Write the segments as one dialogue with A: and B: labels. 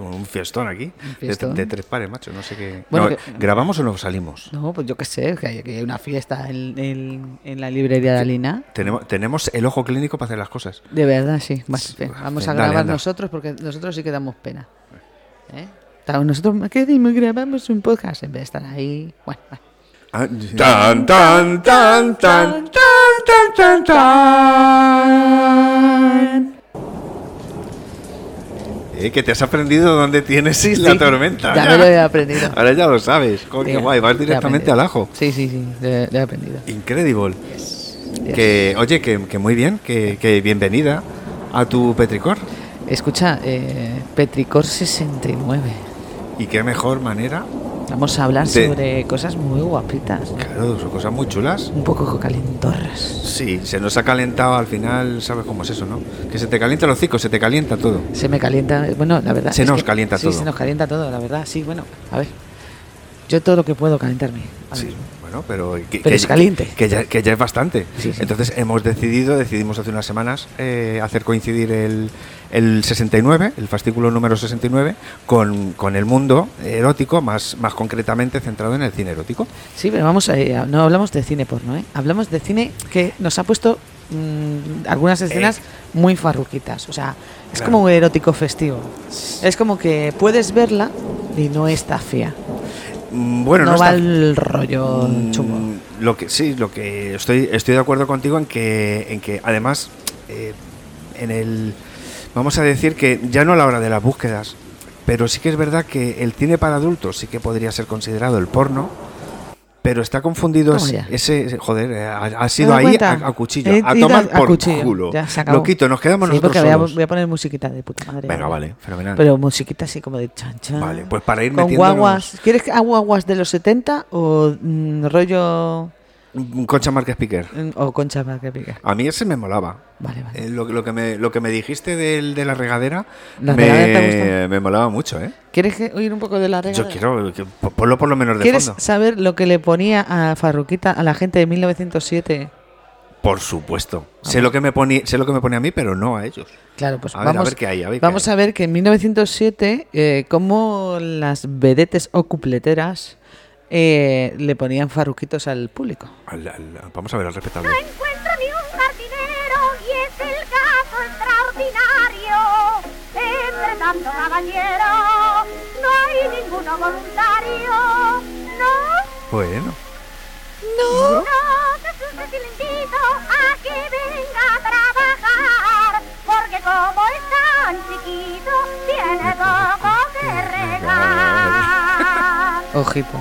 A: Un fiestón aquí.
B: Un
A: de-
B: fiestón.
A: De, tres pares, macho. No sé qué.
B: Bueno,
A: No,
B: que-
A: ¿Grabamos o no salimos?
B: No, pues yo qué sé, que hay, que hay una fiesta en, en- en la librería de Alina.
A: Tenemos, tenemos el ojo clínico para hacer las cosas.
B: De verdad, sí. Bueno,
A: Sí,
B: bien,
A: pues,
B: vamos a
A: dale,
B: grabar
A: anda.
B: nosotros porque nosotros sí que damos pena. ¿Eh? Estamos Nosotros, ¿qué decimos? Grabamos un podcast en vez de estar ahí. Bueno, bueno.
A: Ah,
C: Tan, tan, tan, tan, tan, tan, tan, tan.
A: eh, que te has aprendido dónde tienes la
B: Sí,
A: tormenta.
B: ya me lo he aprendido.
A: Ahora ya lo sabes. Coño,
B: Venga,
A: guay, vas
B: lo he
A: directamente
B: aprendido.
A: al ajo.
B: Sí, sí, sí, lo, lo he aprendido.
A: Incredible.
B: Yes.
A: Que, oye, que, que muy bien, que, que bienvenida a tu Petricor.
B: Escucha, eh, Petricor 69.
A: Y qué mejor manera,
B: Vamos a hablar
A: De-
B: sobre cosas muy guapitas,
A: claro, son cosas muy chulas.
B: un poco calentorras.
A: Sí, se nos ha calentado al final, ¿sabes cómo es eso, no? Que se te calienta los hocico, se te calienta todo.
B: Se me calienta, bueno, la verdad.
A: Se
B: es
A: nos
B: que-
A: calienta todo.
B: Sí, se nos calienta todo, la verdad. Sí, bueno, a ver. Yo todo lo que puedo calentarme. A ver.
A: Sí, bueno, pero, que,
B: Ah, Pero es caliente.
A: Que ya, que ya es bastante.
B: Sí, sí.
A: Entonces hemos decidido, decidimos hace unas semanas eh, hacer coincidir el, el 69, el fascículo número 69, con, con el mundo erótico, más, más concretamente centrado en el cine erótico.
B: Sí, pero vamos, eh, a- no hablamos de cine porno, ¿eh? Hablamos de cine que nos ha puesto mm, algunas escenas
A: Eh.
B: muy farruquitas. O sea, es
A: Claro.
B: como un erótico festivo. Es como que puedes verla y no está fea.
A: Mm, Bueno,
B: no,
A: no,
B: va
A: está-
B: el rollo
A: Mm,
B: chungo.
A: Lo que sí, lo que estoy estoy de acuerdo contigo en que en que además eh, en el vamos a decir que ya no a la hora de las búsquedas, pero sí que es verdad que el cine para adultos sí que podría ser considerado el porno. Pero está confundido
B: Toma
A: es-
B: ya.
A: ese, ese- joder, eh, ha, ha
B: ¿Te
A: sido
B: das
A: ahí
B: cuenta?
A: a, a cuchillo,
B: He
A: a
B: ido
A: tomar por
B: cuchillo.
A: culo.
B: Ya, se acabó.
A: Loquito, nos quedamos
B: Sí, porque
A: nosotros
B: voy a,
A: solos.
B: voy a poner musiquita de puta madre.
A: Venga,
B: ahora.
A: vale, fenomenal.
B: Pero musiquita así como de chan chan.
A: Ah. vale, pues para ir
B: Con
A: metiéndonos-
B: guaguas. ¿Quieres que- ah, guaguas de los 70 o mm, rollo.
A: Mm, Concha Marca Speaker.
B: mm, o concha más que pica?
A: A mí ese me molaba.
B: Vale, vale.
A: Eh, lo, lo que me, lo que me dijiste del- de, la regadera
B: ¿La
A: me,
B: regadera te gusta?
A: me molaba mucho, ¿eh?
B: ¿Quieres que- oír un poco de la regla?
A: Yo quiero, que, po- ponlo por lo menos de
B: ¿Quieres
A: fondo.
B: saber lo que le ponía a Farruquita a la gente de 1907?
A: Por supuesto. Sé lo, que me pone, sé lo que me pone a mí, pero no a ellos.
B: Claro, pues
A: A ver, a
B: vamos,
A: ver qué hay, a ver qué
B: vamos
A: hay.
B: a ver que en 1907, eh, cómo las vedetes o cupleteras eh, le ponían farruquitos al público.
A: Al- al- vamos a ver al respetable.
D: Encuentro a mí un jardinero y es el caso extraordinario. Entre tanto caballero, no hay ninguno voluntario. No,
A: Bueno,
D: no, te asustes y le invito a que venga a trabajar. Porque como es tan chiquito, tiene poco que regar.
B: Ojito.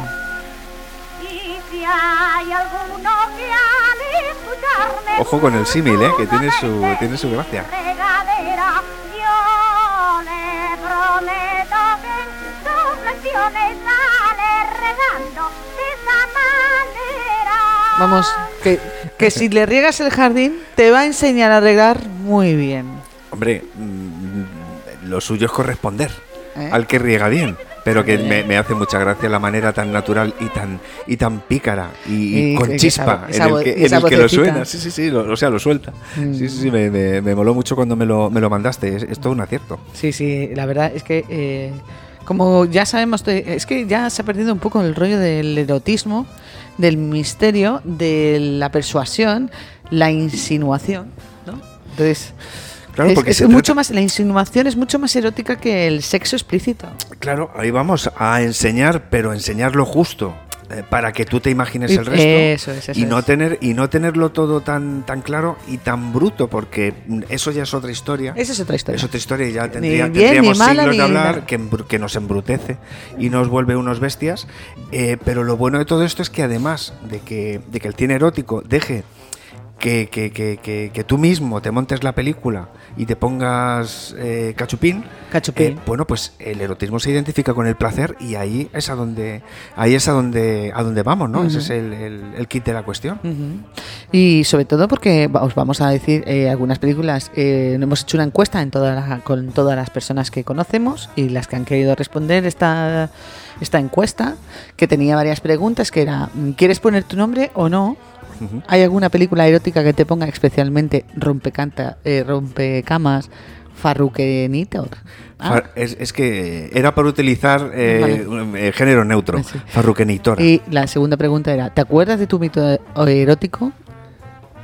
D: Y si hay alguno que al escucharme
A: Ojo con el símil, ¿eh? que tiene su-
D: murmure
A: tiene su gracia.
D: Regadera, yo le prometo que sus lecciones sale regando de esa manera.
B: Vamos, que, que si le riegas el jardín, te va a enseñar a regar muy bien.
A: hombre, mm, lo suyo es corresponder
B: ¿Eh?
A: al que riega bien. Pero que me, me hace mucha gracia la manera tan natural y tan y tan pícara y, y
B: Y- y
A: con
B: que
A: chispa
B: esa- esa
A: en el
B: voz-
A: que, en
B: esa
A: el que lo
B: vocecita. Mm.
A: suena. Sí, sí, sí, lo- o sea, lo suelta. Sí, sí, sí, me, me- me moló mucho cuando me lo, me lo mandaste. Es, es todo un acierto.
B: Sí, sí, la verdad es que eh, como ya sabemos, te- es que ya se ha perdido un poco el rollo del erotismo, del misterio, de la persuasión, la insinuación, ¿no? Entonces,
A: Claro,
B: es,
A: porque
B: es
A: se trata-
B: mucho más, la insinuación es mucho más erótica que el sexo explícito.
A: Claro, ahí vamos a enseñar, pero enseñar lo justo. eh, Para que tú te imagines el
B: Y-
A: resto
B: eso es, eso
A: y no
B: es.
A: tener y no tenerlo todo tan tan claro y tan bruto porque mm, eso ya es otra historia.
B: Esa es otra historia.
A: Es otra historia y ya tendría-
B: bien, ni
A: tendríamos
B: mala,
A: siglos
B: ni
A: de hablar
B: nada.
A: que, embru- que nos embrutece y nos vuelve unos bestias. eh, pero lo bueno de todo esto es que además de que, de que el cine erótico deje que, que- que- que- que tú mismo te montes la película y te pongas eh, cachupín,
B: Cachupín.
A: eh, bueno, pues el erotismo se identifica con el placer y ahí es a donde, ahí es a donde, a donde vamos, ¿no? Ese es el, el- el kit de la cuestión.
B: Ujú. Y sobre todo porque va- os vamos a decir eh, algunas películas. eh, hemos hecho una encuesta en toda la- con todas las personas que conocemos y las que han querido responder esta, esta encuesta, que tenía varias preguntas, que era, mm, ¿quieres poner tu nombre o no?
A: Ujú.
B: ¿Hay alguna película erótica que te ponga especialmente rompecanta, eh, rompecamas Farruquenitor. Ah.
A: Far- Es, es que era para utilizar eh,
B: Vale.
A: un- eh, género neutro,
B: Sí.
A: farruquenitora.
B: Y la segunda pregunta era, ¿te acuerdas de tu mito eh, erótico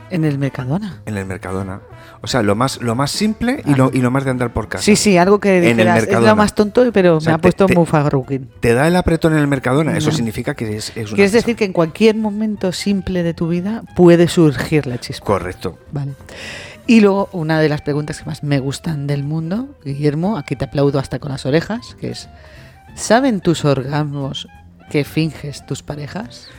B: en el Mercadona?
A: En el Mercadona. O sea, lo más, lo más simple y lo, y lo más de andar por casa.
B: Ah. Sí, sí, algo que
A: En el
B: dijeras, es
A: Mercadona.
B: lo más tonto, pero
A: O sea,
B: me ha
A: te-
B: puesto
A: te-
B: muy farruquín.
A: Te da el apretón en el Mercadona, eso significa que es, es una
B: Quieres
A: cosa.
B: decir que en cualquier momento simple de tu vida puede surgir la chispa.
A: Correcto.
B: Vale. Y luego una de las preguntas que más me gustan del mundo, Guillermo, aquí te aplaudo hasta con las orejas, que es, ¿saben tus orgasmos que finges tus parejas?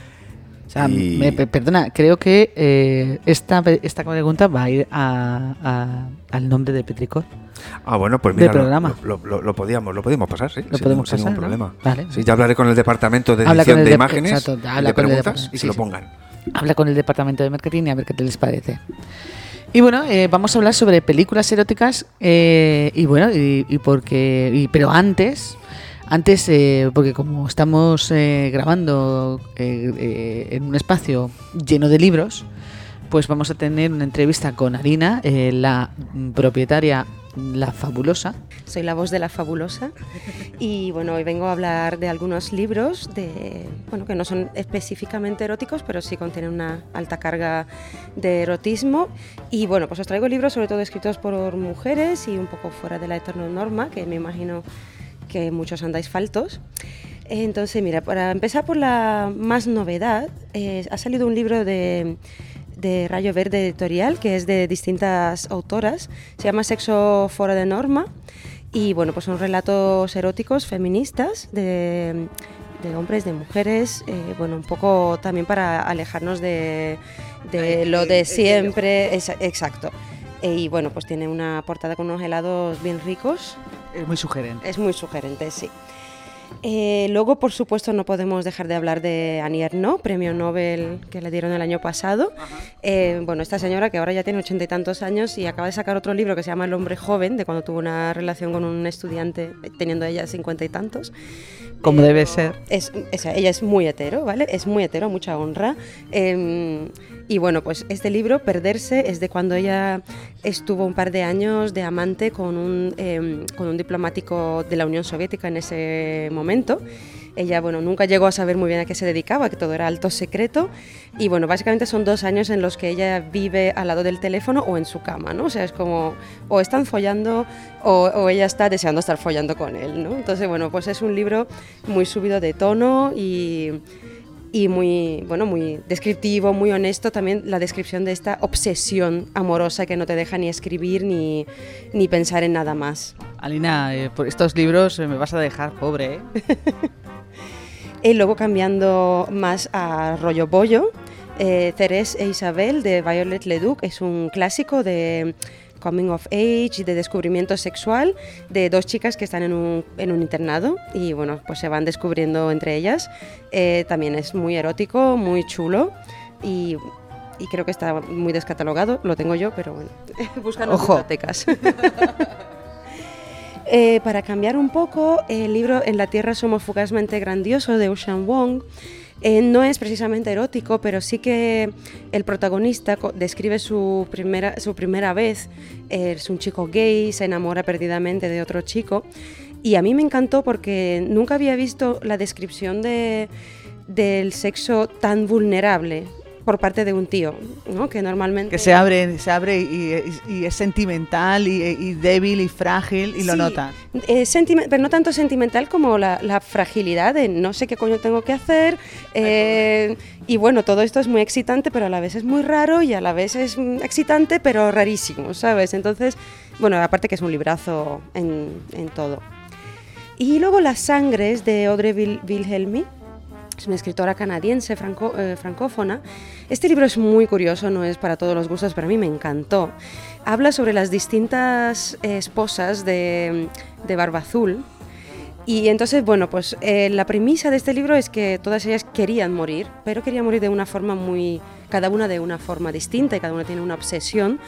B: O sea,
A: Y-
B: me- pe- perdona, creo que eh, esta, pe- esta pregunta va a ir a- a- al nombre de Petricor.
A: Ah, bueno, pues
B: De
A: mira, lo-
B: programa.
A: Lo, lo- lo podíamos, lo podíamos pasar, sí.
B: Lo
A: sin
B: podemos
A: ningún- sin ningún
B: pasar, ¿no?
A: problema.
B: Vale.
A: Sí, ya hablaré con el departamento de
B: Habla con
A: edición
B: el
A: de
B: dep-
A: imágenes,
B: exacto,
A: y
B: habla
A: de
B: con el
A: preguntas
B: departamento,
A: y
B: sí,
A: que lo
B: sí.
A: pongan.
B: Habla con el departamento de marketing y a ver qué te les parece. Y bueno, eh, vamos a hablar sobre películas eróticas eh, y bueno, y, y porque, y- pero antes, antes eh, porque como estamos eh, grabando eh, eh, en un espacio lleno de libros, pues vamos a tener una entrevista con Arina, eh, la mm, propietaria, la fabulosa.
E: Soy la voz de la fabulosa y bueno, hoy vengo a hablar de algunos libros de, bueno, que no son específicamente eróticos, pero sí contienen una alta carga de erotismo y bueno, pues os traigo libros sobre todo escritos por mujeres y un poco fuera de la eterna norma, que me imagino que muchos andáis faltos. Entonces, mira, para empezar por la más novedad, eh, ha salido un libro de, de Rayo Verde Editorial, que es de distintas autoras, se llama Sexo fuera de norma, y bueno, pues son relatos eróticos feministas de, de hombres, de mujeres, eh, bueno, un poco también para alejarnos de, de lo de siempre, Esa- exacto. Eh, Y bueno, pues tiene una portada con unos helados bien ricos,
B: Es muy sugerente.
E: es muy sugerente, sí. Eh, luego, por supuesto, no podemos dejar de hablar de Annie Ernaux, premio Nobel que le dieron el año pasado. Eh, bueno, esta señora que ahora ya tiene ochenta y tantos años y acaba de sacar otro libro que se llama El hombre joven, de cuando tuvo una relación con un estudiante eh, teniendo ella cincuenta y tantos.
B: Como
E: Pero
B: debe ser.
E: Es, o sea, ella es muy hetero, ¿vale? Es muy hetero, mucha honra. Eh, y bueno, pues este libro, Perderse, es de cuando ella estuvo un par de años de amante con un, eh, con un diplomático de la Unión Soviética en ese momento. Ella, bueno, nunca llegó a saber muy bien a qué se dedicaba, que todo era alto secreto. Y bueno, básicamente son dos años en los que ella vive al lado del teléfono o en su cama, ¿no? O sea, es como, o están follando o, o ella está deseando estar follando con él, ¿no? Entonces, bueno, pues es un libro muy subido de tono y, y muy, bueno, muy descriptivo, muy honesto. También la descripción de esta obsesión amorosa que no te deja ni escribir ni, ni pensar en nada más.
B: Alina, eh, por estos libros eh, me vas a dejar pobre, ¿eh?
E: Y luego cambiando más a rollo bollo, eh, Thérèse e Isabel de Violet Leduc es un clásico de coming of age, de descubrimiento sexual, de dos chicas que están en un, en un internado y bueno, pues se van descubriendo entre ellas. Eh, también es muy erótico, muy chulo y, y creo que está muy descatalogado, lo tengo yo, pero bueno, buscan en
B: Ojo.
E: bibliotecas. Eh, para cambiar un poco, el libro En la Tierra somos fugazmente grandiosos de Ocean Wong eh, no es precisamente erótico, pero sí que el protagonista co- describe su primera, su primera vez. Eh, es un chico gay, se enamora perdidamente de otro chico. Y a mí me encantó porque nunca había visto la descripción de, del sexo tan vulnerable por parte de un tío, ¿no? Que normalmente...
B: Que se abre, se abre y, y- y es sentimental y, y débil y frágil y lo
E: Sí,
B: nota.
E: eh, sentime- pero no tanto sentimental como la, la fragilidad de no sé qué coño tengo que hacer. eh, y bueno, todo esto es muy excitante, pero a la vez es muy raro y a la vez es mm, excitante, pero rarísimo, ¿sabes? Entonces, bueno, aparte que es un librazo en, en todo. Y luego Las Sangres de Audrey Vil- Wilhelmi. Es una escritora canadiense franco- eh, francófona. Este libro es muy curioso, no es para todos los gustos, pero a mí me encantó. Habla sobre las distintas eh, esposas de, de Barba Azul. Y entonces, bueno, pues eh, la premisa de este libro es que todas ellas querían morir, pero querían morir de una forma muy. cada una de una forma distinta y cada una tiene una obsesión.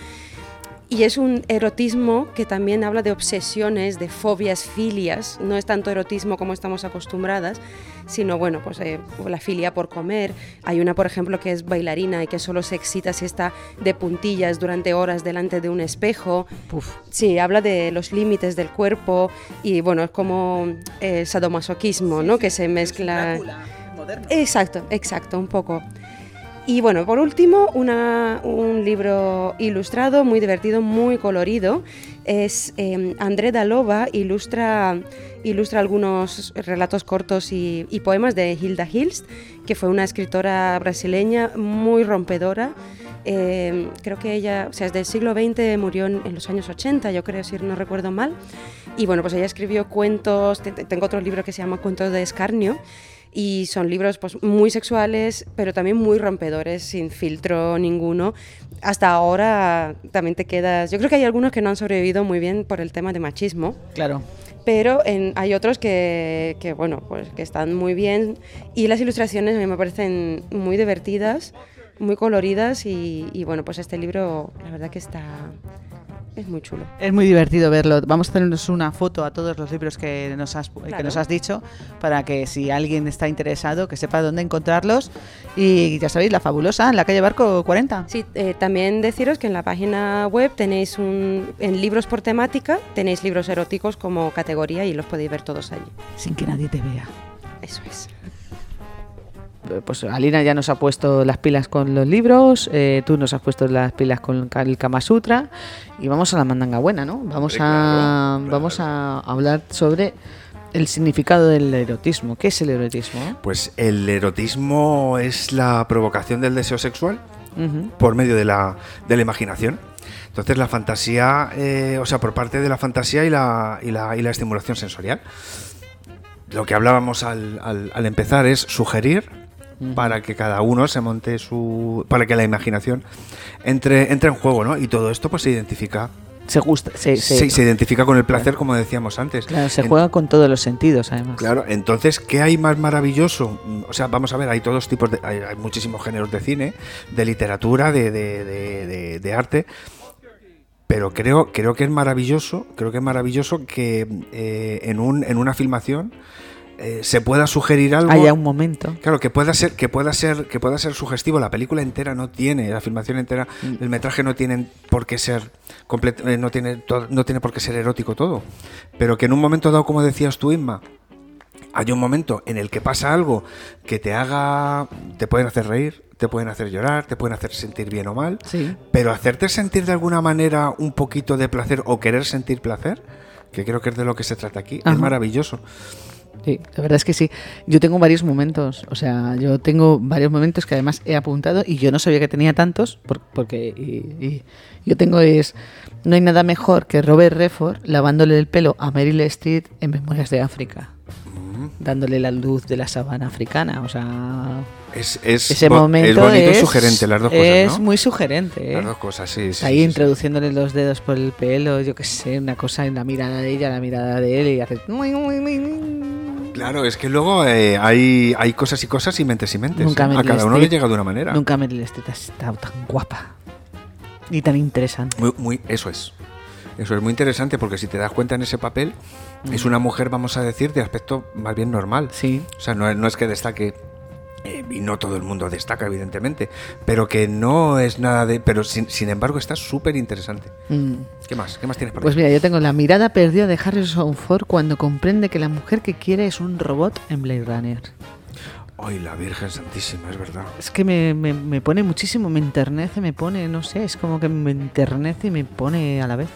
E: Y es un erotismo que también habla de obsesiones, de fobias, filias. No es tanto erotismo como estamos acostumbradas, sino, bueno, pues eh, la filia por comer. Hay una, por ejemplo, que es bailarina y que solo se excita si está de puntillas durante horas delante de un espejo.
B: Puf.
E: Sí, habla de los límites del cuerpo y, bueno, es como el sadomasoquismo, ¿no? que se mezcla.
B: Eh,
E: Exacto, exacto, un poco. Y bueno, por último, una- un libro ilustrado, muy divertido, muy colorido. Es eh, André Dalova, ilustra, ilustra algunos relatos cortos y, y poemas de Hilda Hilst, que fue una escritora brasileña muy rompedora. Eh, creo que ella, o sea, es del siglo XX, murió en, en los años 80, yo creo, si no recuerdo mal. Y bueno, pues ella escribió cuentos, te- te- tengo otro libro que se llama Cuentos de Escarnio, y son libros pues, muy sexuales, pero también muy rompedores, sin filtro ninguno. Hasta ahora también te quedas... Yo creo que hay algunos que no han sobrevivido muy bien por el tema de machismo
B: Claro.
E: pero en- hay otros que, que, bueno, pues que están muy bien y las ilustraciones a mí me parecen muy divertidas, muy coloridas y, y, bueno, pues este libro la verdad que está es muy chulo.
B: Es muy divertido verlo. Vamos a hacernos una foto a todos los libros que nos has, que
E: Claro.
B: nos has dicho para que si alguien está interesado, que sepa dónde encontrarlos. Y ya sabéis, la fabulosa, en la calle Barco 40.
E: Sí, eh, también deciros que en la página web tenéis un en libros por temática tenéis libros eróticos como categoría y los podéis ver todos allí.
B: Sin que nadie te vea.
E: Eso es.
B: Eh, Pues Alina ya nos ha puesto las pilas con los libros, eh, tú nos has puesto las pilas con ca- el Kama Sutra y vamos a la mandanga buena, ¿no? Vamos,
F: Hombre,
B: a,
F: claro,
B: vamos a hablar sobre el significado del erotismo. ¿Qué es el erotismo?
A: Pues el erotismo es la provocación del deseo sexual
B: Ujú.
A: por medio de la, de la imaginación. Entonces la fantasía, eh, o sea, por parte de la fantasía y la, y la, y la estimulación sensorial. Lo que hablábamos al, al- al empezar es sugerir para que cada uno se monte su... para que la imaginación entre, entre en juego, ¿no? Y todo esto pues se identifica.
B: Se gusta, se, se-
A: se- se identifica con el placer, como decíamos antes.
B: claro, se
A: En-
B: juega con todos los sentidos, además.
A: Claro, entonces, ¿qué hay más maravilloso? Mm, O sea, vamos a ver, hay todos tipos de. Hay, hay muchísimos géneros de cine, de literatura, de, de- de- de- de arte. Pero creo, creo que es maravilloso, creo que es maravilloso que eh, en, un, en una filmación eh, se pueda sugerir algo.
B: Haya un momento.
A: Claro, que pueda ser, que pueda ser, que pueda ser sugestivo. La película entera no tiene, la filmación entera,
B: Mm.
A: el metraje no tiene por qué ser complet- eh, no tiene, to- no tiene por qué ser erótico todo. Pero que en un momento dado, como decías tú, Inma, hay un momento en el que pasa algo que te haga, te pueden hacer reír, te pueden hacer llorar, te pueden hacer sentir bien o mal.
B: Sí.
A: Pero hacerte sentir de alguna manera un poquito de placer o querer sentir placer, que creo que es de lo que se trata aquí,
B: Ajá.
A: es maravilloso.
B: Sí, la verdad es que sí. Yo tengo varios momentos, o sea, yo tengo varios momentos que además he apuntado y yo no sabía que tenía tantos, por- porque y- y yo tengo es, no hay nada mejor que Robert Redford lavándole el pelo a Meryl Streep en Memorias de África,
A: Mm.
B: dándole la luz de la sabana africana, o sea,
A: Es, es
B: ese
A: bo-
B: momento
A: es bonito
B: es,
A: y sugerente, las dos cosas.
B: es
A: ¿no?
B: muy sugerente. ¿eh?
A: Las dos cosas, sí. sí,
B: Ahí
A: sí, sí.
B: introduciéndole los dedos por el pelo, yo qué sé, una cosa en la mirada de ella, la mirada de él y hace...
A: Claro, es que luego eh, hay, hay cosas y cosas y mentes y mentes.
B: Nunca
A: ¿eh? A
B: Meryl
A: cada uno le
B: Streep-
A: llega de una manera.
B: Nunca Meryl Streep ha estado tan guapa y tan interesante.
A: Muy, muy, eso es. Eso es muy interesante porque si te das cuenta en ese papel, es una mujer, vamos a decir, de aspecto más bien normal.
B: Mm. Sí.
A: O sea, no, es- no es que destaque. eh, y no todo el mundo destaca, evidentemente. Pero que no es nada de. Pero sin, sin embargo, está súper interesante.
B: Mm.
A: ¿Qué más? ¿Qué más tienes para
B: Pues mira, yo tengo la mirada perdida de Harrison Ford cuando comprende que la mujer que quiere es un robot en Blade Runner.
A: Ay, la Virgen Santísima, es verdad.
B: Es que me, me- me pone muchísimo, me enternece, me pone, no sé, es como que me enternece y me pone a la vez.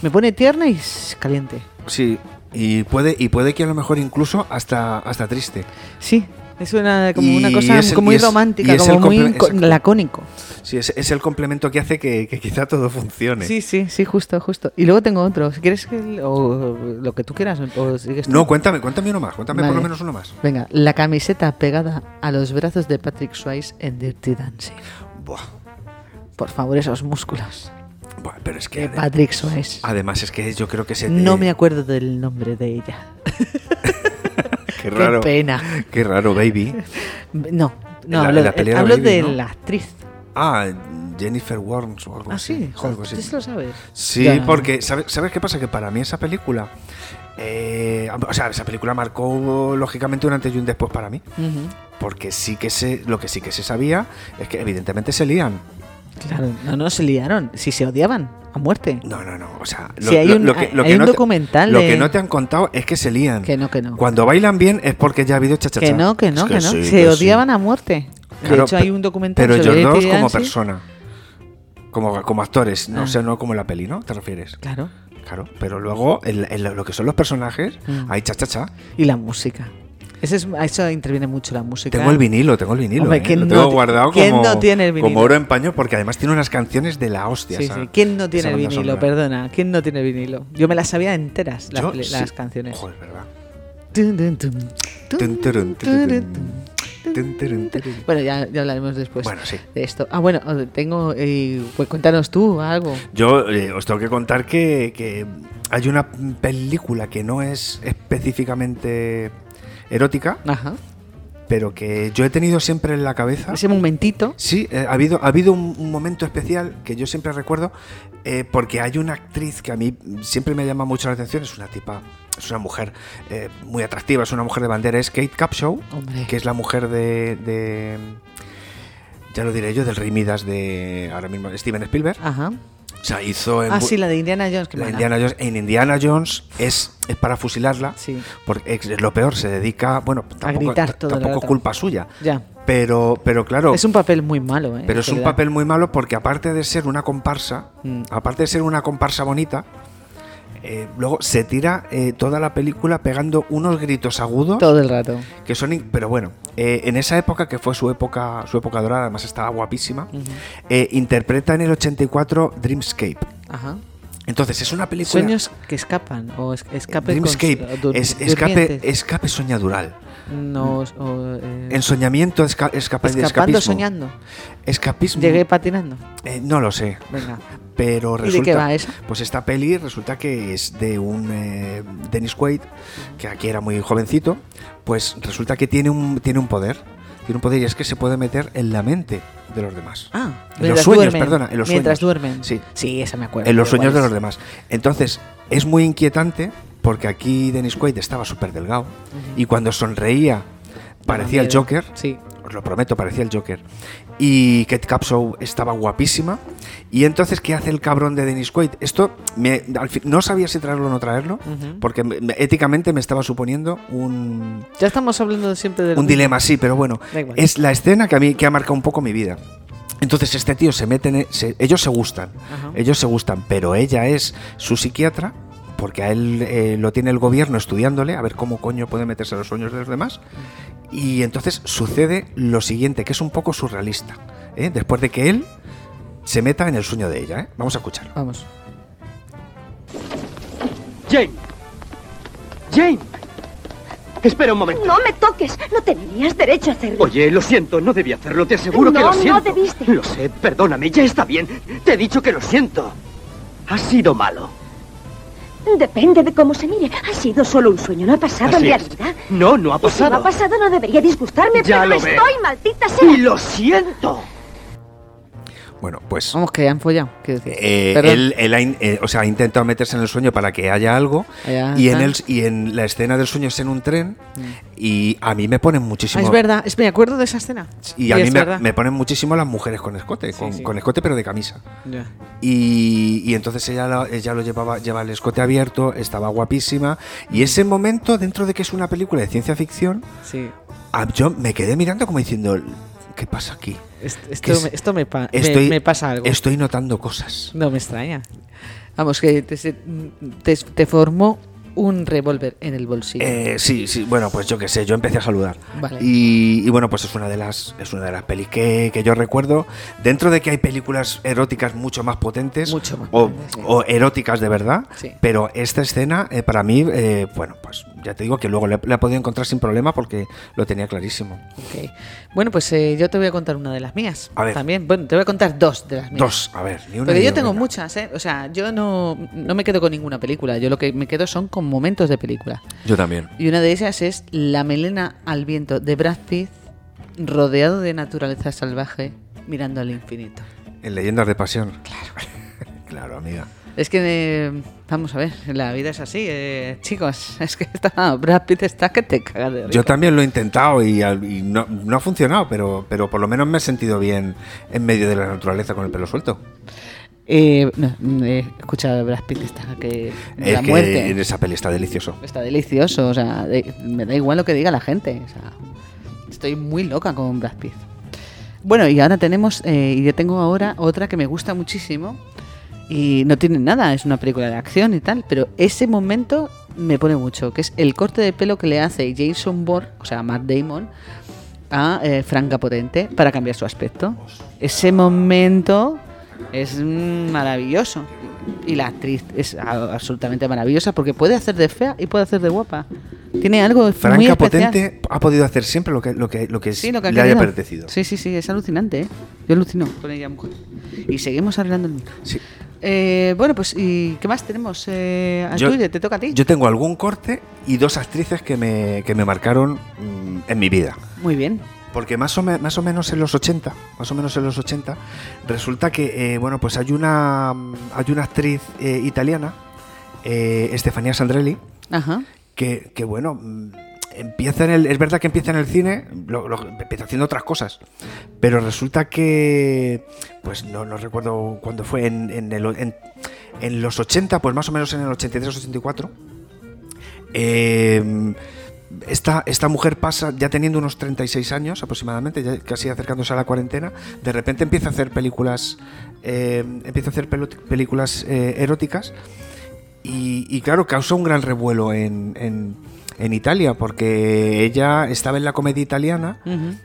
B: Me pone tierna y s- caliente.
A: Sí. Y puede, y puede que a lo mejor incluso hasta, hasta triste.
B: Sí, es una, como
A: Y
B: una cosa
A: es el-
B: como muy
A: y es-
B: romántica,
A: y es
B: como
A: el
B: muy
A: comple-
B: inco-
A: exacto.
B: lacónico.
A: Sí, es, es el complemento que hace que, que quizá todo funcione.
B: Sí, sí, sí, justo, justo. Y luego tengo otro. Si quieres que, o lo que tú quieras, o sigues tú.
A: No, cuéntame, cuéntame uno más, cuéntame por
B: Vale.
A: lo menos uno más.
B: Venga, la camiseta pegada a los brazos de Patrick Swayze en Dirty Dancing.
A: Buah,
B: Por favor, esos músculos
A: buah, pero es que
B: de
A: ade-
B: Patrick Swayze.
A: además es que yo creo que se
B: No
A: Ah, te-
B: me acuerdo del nombre de ella.
A: qué raro,
B: Qué pena.
A: qué raro, baby.
B: No, no
A: la-
B: hablo,
A: la
B: eh,
A: pelea de
B: hablo
A: Baby,
B: de
A: ¿no?
B: la actriz.
A: Ah, Jennifer Warnes o algo
B: Ah,
A: así.
B: sí,
A: Pues algo
B: joder,
A: así.
B: ¿tú sí lo sabes?
A: Sí,
B: Ya.
A: porque ¿sabes, ¿sabes qué pasa? Que para mí esa película, eh, o sea, esa película marcó lógicamente un antes y un después para mí,
B: Ujú.
A: porque sí que se, lo que sí que se sabía es que evidentemente se lían.
B: Claro, no, no se liaron, si se odiaban a muerte.
A: No, no, no. O sea,
B: Sí, hay un- hay un
A: te-
B: documental
A: lo
B: de-
A: que no te han contado es que se lían.
B: Que no, que no.
A: Cuando bailan bien es porque ya ha habido chachacha.
B: Que no, que
F: Es
B: no,
F: que
B: que no.
F: sí,
B: se
F: que
B: odiaban a muerte. de
A: Claro,
B: hecho, hay
A: pe-
B: un documental
A: Pero
B: sobre
A: ellos dos
B: Dirty
A: como
B: Dancing.
A: persona. Como, como actores, no
B: Ah.
A: sé, no como en la peli, ¿no? ¿Te refieres?
B: Claro.
A: Claro, pero luego en, en lo lo que son los personajes,
B: Mm.
A: hay chachacha.
B: Y la música. Ese es, a eso interviene mucho la música.
A: Tengo el vinilo, tengo el vinilo.
B: Hombre,
A: ¿eh?
B: ¿quién
A: Lo
B: no
A: tengo
B: ti-
A: guardado
B: quién
A: como,
B: no tiene el vinilo?
A: como oro en paño porque además tiene unas canciones de la hostia.
B: Sí,
A: esa-
B: sí. ¿Quién no
A: esa
B: tiene el
A: banda
B: vinilo?
A: sonora.
B: Perdona, ¿quién no tiene el vinilo? Yo me las sabía enteras, las,
A: Yo
B: pele-
A: sí.
B: las canciones.
A: Joder, ¿verdad?
B: Tun, tun, tun, tun,
A: Tun, turun,
B: tun,
A: turun,
B: tun.
A: tun, turun, turun.
B: Bueno, ya, ya hablaremos después
A: Bueno, sí.
B: de esto. Ah, bueno, tengo. eh, pues cuéntanos tú algo.
A: Yo eh, os tengo que contar que, que hay una película que no es específicamente erótica,
B: Ajá.
A: pero que yo he tenido siempre en la cabeza.
B: Ese momentito.
A: Sí, eh, ha habido, ha habido un, un momento especial que yo siempre recuerdo eh, porque hay una actriz que a mí siempre me llama mucho la atención, es una tipa, es una mujer eh, muy atractiva, es una mujer de bandera, es Kate Capshaw,
B: Hombre.
A: que es la mujer de, de- ya lo diré yo, del Rey Midas de ahora mismo Steven Spielberg.
B: Ajá.
A: O sea, hizo en
B: Ah,
A: bu-
B: sí, la de Indiana Jones. Que
A: la Indiana Jones. En Indiana Jones es, es para fusilarla,
B: Sí.
A: porque es, es lo peor, se dedica, bueno, tampoco,
B: gritar todo el
A: tampoco es
B: rato.
A: culpa suya.
B: Ya.
A: Pero, pero claro,
B: Es un papel muy malo, ¿eh?
A: pero
B: en
A: es un
B: realidad.
A: papel muy malo porque aparte de ser una comparsa,
B: Mm.
A: aparte de ser una comparsa bonita, eh, luego se tira eh, toda la película pegando unos gritos agudos
B: Todo el rato.
A: que son, in- pero bueno, eh, en esa época que fue su época, su época dorada, además estaba guapísima, eh, interpreta en el 84 Dreamscape.
B: Ajá.
A: Entonces es una película
B: Sueños que escapan o es- escape con-
A: Dreamscape,
B: du-
A: es- escape,
B: durmientes.
A: escape soñadural,
B: No, es- o, eh,
A: ensoñamiento, esca- escapa-
B: escapando,
A: Mm. escapismo.
B: soñando.
A: Escapismo.
B: Llegué patinando.
A: eh, no lo sé.
B: Venga.
A: Pero
B: ¿Y de
A: resulta,
B: qué va esa?
A: Pues esta peli resulta que es de un eh, Dennis Quaid, que aquí era muy jovencito, pues resulta que tiene un, tiene un poder. Tiene un poder y es que se puede meter en la mente de los demás.
B: Ah,
A: en los
B: mientras
A: sueños,
B: duermen.
A: perdona, en los
B: mientras
A: sueños.
B: duermen.
A: Sí,
B: sí, esa me acuerdo.
A: en los
B: igual
A: sueños de
B: es.
A: los demás. Entonces, es muy inquietante porque aquí Dennis Quaid estaba súper delgado y cuando sonreía parecía el
B: miedo.
A: Joker.
B: Sí.
A: Os lo prometo, parecía el Joker. Y Kate Capshaw estaba guapísima. Y entonces, ¿qué hace el cabrón de Dennis Quaid? Esto, me- al fin- no sabía si traerlo o no traerlo,
B: Ujú.
A: porque me- me- éticamente me estaba suponiendo un,
B: Ya estamos hablando siempre de
A: un dilema así, pero bueno,
B: Da igual.
A: es la escena que a mí que ha marcado un poco mi vida. Entonces este tío se mete, en- se- ellos se gustan,
B: Ajá.
A: ellos se gustan, pero ella es su psiquiatra porque a él eh, lo tiene el gobierno estudiándole a ver cómo coño puede meterse en los sueños de los demás y entonces sucede lo siguiente que es un poco surrealista ¿eh? después de que él se meta en el sueño de ella, ¿eh? vamos a escucharlo.
B: Vamos.
G: Jane. Jane. Espera un momento.
D: No me toques, no tenías derecho a hacerlo.
G: Oye, lo siento, no debí hacerlo, te aseguro que
D: No,
G: lo
D: no
G: siento.
D: debiste.
G: Lo sé, perdóname, ya está bien. Te he dicho que lo siento. Has sido malo.
D: Depende de cómo se mire. Ha sido solo un sueño, no ha pasado
G: Así
D: en
G: es.
D: realidad.
G: No, no ha
D: Y si no ha
G: pasado.
D: pasado no debería disgustarme,
G: Ya
D: pero
G: lo veo.
D: estoy, maldita sea.
G: Y lo siento.
A: Bueno, pues
B: Vamos, que ya han follado. quiero decir.
A: Eh,
B: Perdón. Ah,
A: él, él ha, in- eh, o sea, ha intentado meterse en el sueño para que haya algo
B: Ya
A: y en,
B: está. Mm.
A: el, y en la escena del sueño es en un tren y a mí me ponen
B: Ah,
A: muchísimo
B: es verdad, es, me acuerdo de esa escena.
A: y a mí
B: es
A: me,
B: verdad.
A: me ponen muchísimo las mujeres con escote con,
B: sí.
A: con escote pero de camisa
B: Ya.
A: y, y entonces ella lo, ella lo llevaba lleva el escote abierto estaba guapísima y ese momento dentro de que es una película de ciencia ficción
B: Sí.
A: a- yo me quedé mirando como diciendo qué pasa aquí
B: Est-
A: Que
B: Esto,
A: es-
B: me, esto me, pa- me-
A: estoy
B: me, pasa algo.
A: estoy notando cosas
B: No me extraña. Vamos, que te, se- te- te formó un revólver en el bolsillo.
A: Eh, sí, sí, bueno, pues yo qué sé, yo empecé a saludar.
B: Vale.
A: Y, y bueno, pues es una de las, es una de las pelis que, que yo recuerdo. Dentro de que hay películas eróticas mucho más potentes,
B: Mucho más
A: o,
B: potentes, sí.
A: o eróticas de verdad,
B: Sí.
A: pero esta escena eh, para mí, eh, bueno, pues ya te digo que luego la, la he podido encontrar sin problema porque lo tenía clarísimo.
B: Ok. Bueno, pues eh, yo te voy a contar una de las mías.
A: A ver.
B: También, bueno, te voy a contar dos de las mías.
A: Dos, a ver, ni una
B: Porque
A: ni
B: yo
A: otra.
B: tengo muchas, ¿eh? O sea, yo no, no me quedo con ninguna película. Yo lo que me quedo son con momentos de película.
F: Yo también.
B: Y una de ellas es La melena al viento de Brad Pitt, rodeado de naturaleza salvaje, mirando al infinito.
A: En Leyendas de Pasión. Claro. claro, amiga.
B: Es que, eh, vamos a ver, la vida es así, eh, chicos. Es que está, Brad Pitt está que te caga de
A: Yo
B: rico.
A: también lo he intentado y, al- y no, no ha funcionado, pero, pero por lo menos me he sentido bien en medio de la naturaleza con el pelo suelto.
B: Eh, no, mm, eh, escucha, Brad Pitt está que.
A: es
B: la
A: que
B: muerte.
A: en esa peli está delicioso.
B: Está delicioso, o sea, de- me da igual lo que diga la gente. O sea, estoy muy loca con Brad Pitt. Bueno, y ahora tenemos, eh, y yo tengo ahora otra que me gusta muchísimo y no tiene nada, es una película de acción y tal, pero ese momento me pone mucho, que es el corte de pelo que le hace Jason Bourne, o sea, Matt Damon, a eh, Franca Potente para cambiar su aspecto. Ese momento es mm, maravilloso. Y la actriz es a- absolutamente maravillosa porque puede hacer de fea y puede hacer de guapa. Tiene algo muy
A: Franca
B: especial.
A: Potente ha podido hacer siempre lo que, lo que, lo que,
B: Sí, lo que ha
A: le haya
B: querido.
A: apetecido.
B: Sí, sí, sí, es alucinante. ¿eh? Yo alucino con ella, mujer. Y seguimos hablando el micro.
A: Sí.
B: Eh, bueno, pues, ¿y qué más tenemos? Eh, al tuyo, te toca a ti.
A: Yo tengo algún corte y dos actrices que me, que me marcaron mm, en mi vida.
B: Muy bien.
A: Porque más o, me- más o menos en los 80, más o menos en los 80, resulta que, eh, bueno, pues hay una, hay una actriz eh, italiana, eh, Stefania Sandrelli,
B: Ajá.
A: que, que, bueno, mm, empieza en el, es verdad que empieza en el cine, lo- lo- empieza haciendo otras cosas, pero resulta que, pues no, no recuerdo cuándo fue, en, en el- en- en los 80, pues más o menos en el 83-84, eh, esta, esta mujer pasa, ya teniendo unos 36 años aproximadamente, ya casi acercándose a la cuarentena, de repente empieza a hacer películas, eh, empieza a hacer pelu- películas eh, eróticas y, y claro, causó un gran revuelo en, en- en Italia, porque ella estaba en la comedia italiana,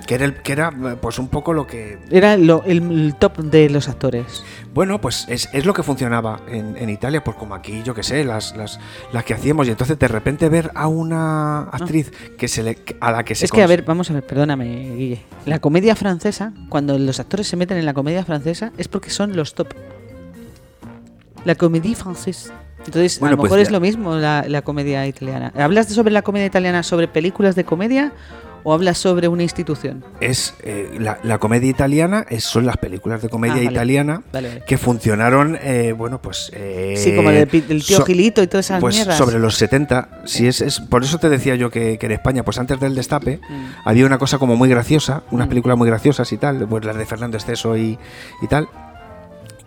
A: que, era el- que era pues un poco lo que
B: Era lo- el, el top de los actores.
A: bueno, pues es, es lo que funcionaba en, en Italia, pues como aquí, yo que sé, las, las, las que hacíamos. Y entonces de repente ver a una actriz que se le, a la que se
B: Ah. es que, a
A: cons-
B: ver, vamos a ver, perdóname, Guille. La comedia francesa, cuando los actores se meten en la comedia francesa, es porque son los top. La comédie francesa. Entonces, a
A: Bueno,
B: lo
A: pues
B: mejor es
A: ya-
B: lo mismo la, la comedia italiana. ¿Hablas sobre la comedia italiana, sobre películas de comedia o hablas sobre una institución?
A: es eh, la, la comedia italiana, es, son las películas de comedia
B: Ah, vale.
A: italiana
B: Vale, vale.
A: que funcionaron, eh, bueno, pues... eh,
B: Sí, como el pi- del tío Gilito y todas esas
A: pues
B: mierdas. Eh.
A: sobre los 70, si es, es- por eso te decía yo que, que en España, pues antes del destape,
B: Mm.
A: había una cosa como muy graciosa, unas películas muy graciosas y tal, pues las de Fernando Esteso y, y tal.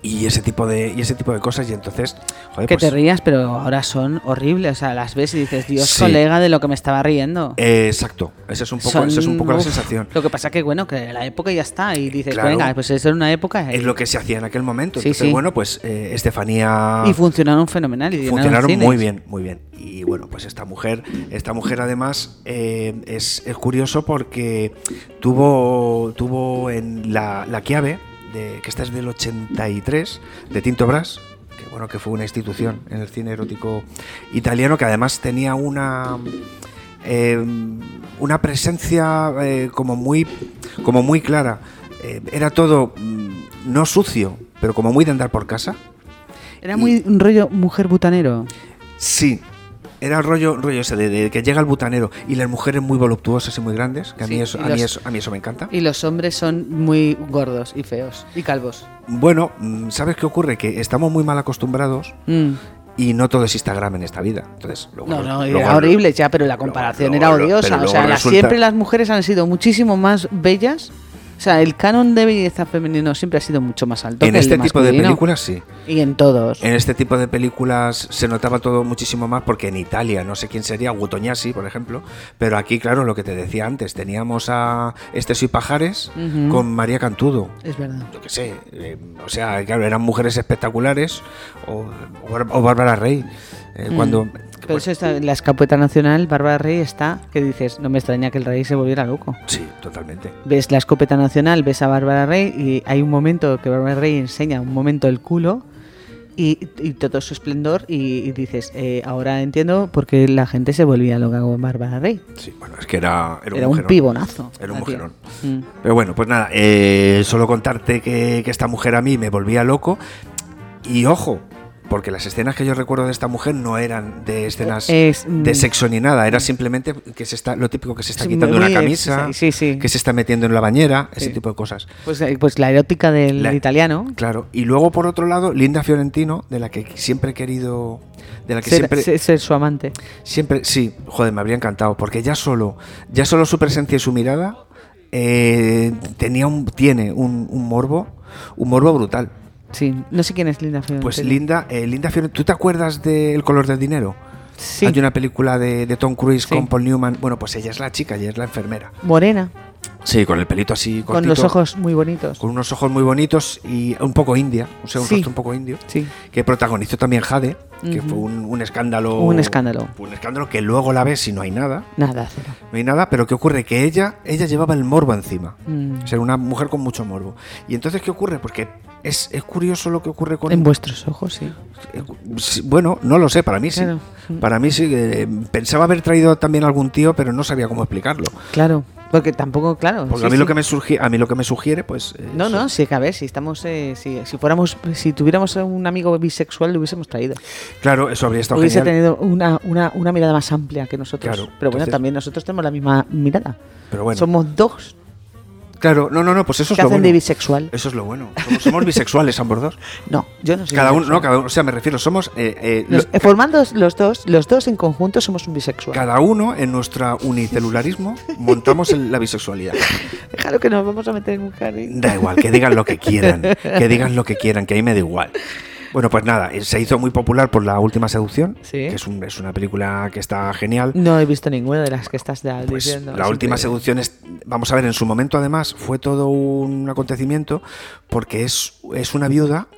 A: Y ese tipo de y ese tipo de cosas y entonces, joder,
B: Que
A: pues,
B: te rías, pero ahora son horribles. O sea, las ves y dices, Dios,
A: Sí.
B: colega, de lo que me estaba riendo.
A: eh, exacto, esa es un poco,
B: Son-
A: esa es un poco la
B: uf.
A: sensación. Eh,
B: Lo que pasa que, bueno, que la época ya está. Y dices,
A: Claro.
B: venga, pues eso era una época.
A: Es lo que se hacía en aquel momento.
B: Sí,
A: Entonces,
B: sí.
A: bueno, pues eh, Estefanía
B: Y funcionaron fenomenal. Y llenaron
A: funcionaron
B: cines.
A: muy bien, muy bien. Y bueno, pues esta mujer, esta mujer además eh, es, es curioso porque tuvo, tuvo en la, la Chiave, de, que esta es del 83, de Tinto Brass, que bueno, que fue una institución en el cine erótico italiano, que además tenía una eh, una presencia eh, como muy como muy clara. Eh, era todo mm, no sucio, pero como muy de andar por casa.
B: Era muy un rollo mujer butanero.
A: Sí. Era el rollo, rollo ese de, de que llega el butanero y las mujeres muy voluptuosas y muy grandes, que a,
B: Sí,
A: mí, eso,
B: y
A: a, mí,
B: los-
A: eso, a mí eso me encanta.
B: Y los hombres son muy gordos y feos. Y calvos.
A: Bueno, mm, ¿sabes qué ocurre? Que estamos muy mal acostumbrados
B: Mm.
A: y no todo es Instagram en esta vida. Entonces, luego-
B: No, no,
A: luego-
B: era horrible ya, pero la comparación
A: luego-
B: era
A: luego-
B: odiosa.
A: pero
B: O
A: luego
B: sea, las-
A: resulta-
B: siempre las mujeres han sido muchísimo más bellas. O sea, el canon de belleza femenino siempre ha sido mucho más alto.
A: En
B: que el
A: este tipo de
B: masculino.
A: películas sí.
B: Y en todos.
A: En este tipo de películas se notaba todo muchísimo más porque en Italia, no sé quién sería, Gutoñasi, por ejemplo, pero aquí, claro, lo que te decía antes, teníamos a Estes y Pajares
B: Ujú.
A: con María Cantudo.
B: Es verdad.
A: yo qué sé, eh, o sea, claro, eran mujeres espectaculares o, o Bar- o Bárbara Rey. eh, Cuando.
B: Mm. Pero
A: bueno,
B: eso está en la escapeta nacional, Bárbara Rey está, que dices, no me extraña que el rey se volviera loco.
A: Sí, totalmente.
B: Ves la escopeta nacional, ves a Bárbara Rey y hay un momento que Bárbara Rey enseña un momento el culo y, y todo su esplendor y, y dices, eh, ahora entiendo por qué la gente se volvía loca con Bárbara Rey.
A: Sí, bueno, es que era, era un
B: Era un
A: mujerón.
B: pibonazo.
A: Era un
B: la tía.
A: mujerón.
B: Mm.
A: Pero bueno, pues nada, eh, solo contarte que, que esta mujer a mí me volvía loco. Y ojo, Porque las escenas que yo recuerdo de esta mujer no eran de escenas
B: Es, mm,
A: de sexo ni nada, era simplemente que se está, lo típico que se está
B: Sí,
A: quitando
B: muy
A: una
B: ex-
A: camisa,
B: sí, sí.
A: que se está metiendo en la bañera, ese
B: Sí.
A: tipo de cosas.
B: Pues, eh, pues la erótica del
A: La-
B: italiano.
A: Claro, y luego por otro lado, Linda Fiorentino, de la que siempre he querido. De la que
B: Ser,
A: siempre.
B: ser- ser su amante.
A: Siempre, sí, joder, me habría encantado, porque ya solo, ya solo su presencia y su mirada eh, tenía un, tiene un, un morbo, un morbo brutal.
B: Sí, no sé quién es Linda Fiorentino.
A: Pues Linda, eh, Linda Fiorentino, ¿tú te acuerdas de El color del dinero?
B: Sí.
A: Hay una película de, de Tom Cruise
B: Sí.
A: con Paul Newman. Bueno, pues ella es la chica, ella es la enfermera.
B: Morena,
A: Sí, con el pelito así cortito,
B: con los ojos muy bonitos.
A: Con unos ojos muy bonitos y un poco india, o sea, un
B: Sí.
A: rostro un poco indio.
B: Sí.
A: que protagonizó también Jade, que
B: Ujú.
A: fue un, un escándalo.
B: Un escándalo.
A: Un escándalo que luego la ves y no hay nada.
B: Nada, cero.
A: No hay nada, pero ¿qué ocurre? Que ella, ella llevaba el morbo encima.
B: Mm.
A: O sea, una mujer con mucho morbo. Y entonces, ¿qué ocurre? Porque es, es curioso lo que ocurre con.
B: En vuestros ojos, sí.
A: eh, sí, Bueno, no lo sé, para mí sí.
B: Claro.
A: Para mí sí. eh, pensaba haber traído también algún tío, pero no sabía cómo explicarlo.
B: Claro, porque tampoco, claro.
A: Porque
B: sí,
A: a, mí lo
B: sí.
A: que me surgi- a mí lo que me sugiere, pues. eh,
B: No, no, sí, que a ver, si estamos, eh, si, si fuéramos, si tuviéramos un amigo bisexual, lo hubiésemos traído.
A: Claro, eso habría estado
B: Hubiese
A: genial.
B: tenido una, una, una mirada más amplia que nosotros.
A: Claro,
B: Pero bueno,
A: entonces-
B: también nosotros tenemos la misma mirada.
A: Pero bueno.
B: Somos dos
A: Claro, no, no, no, pues eso es
B: que
A: lo
B: hacen
A: bueno.
B: de bisexual.
A: Eso es lo bueno. Somos, somos bisexuales ambos dos.
B: No, yo no soy
A: Cada uno,
B: bisexual.
A: no, cada uno, o sea, me refiero, somos eh, eh,
B: Nos-
A: lo-
B: eh, formando los dos, los dos en conjunto somos un bisexual.
A: cada uno en nuestro unicelularismo montamos el- la bisexualidad.
B: Déjalo que nos vamos a meter en un jardín.
A: Da igual, que digan lo que quieran, que digan lo que quieran, que ahí me da igual. Bueno, pues nada, eh, se hizo muy popular por La Última Seducción,
B: Sí.
A: que es, un- es una película que está genial.
B: No he visto ninguna de las que estás da-
A: Pues,
B: diciendo.
A: la última
B: siempre-
A: seducción es, vamos a ver, en su momento además fue todo un acontecimiento porque es, es una viuda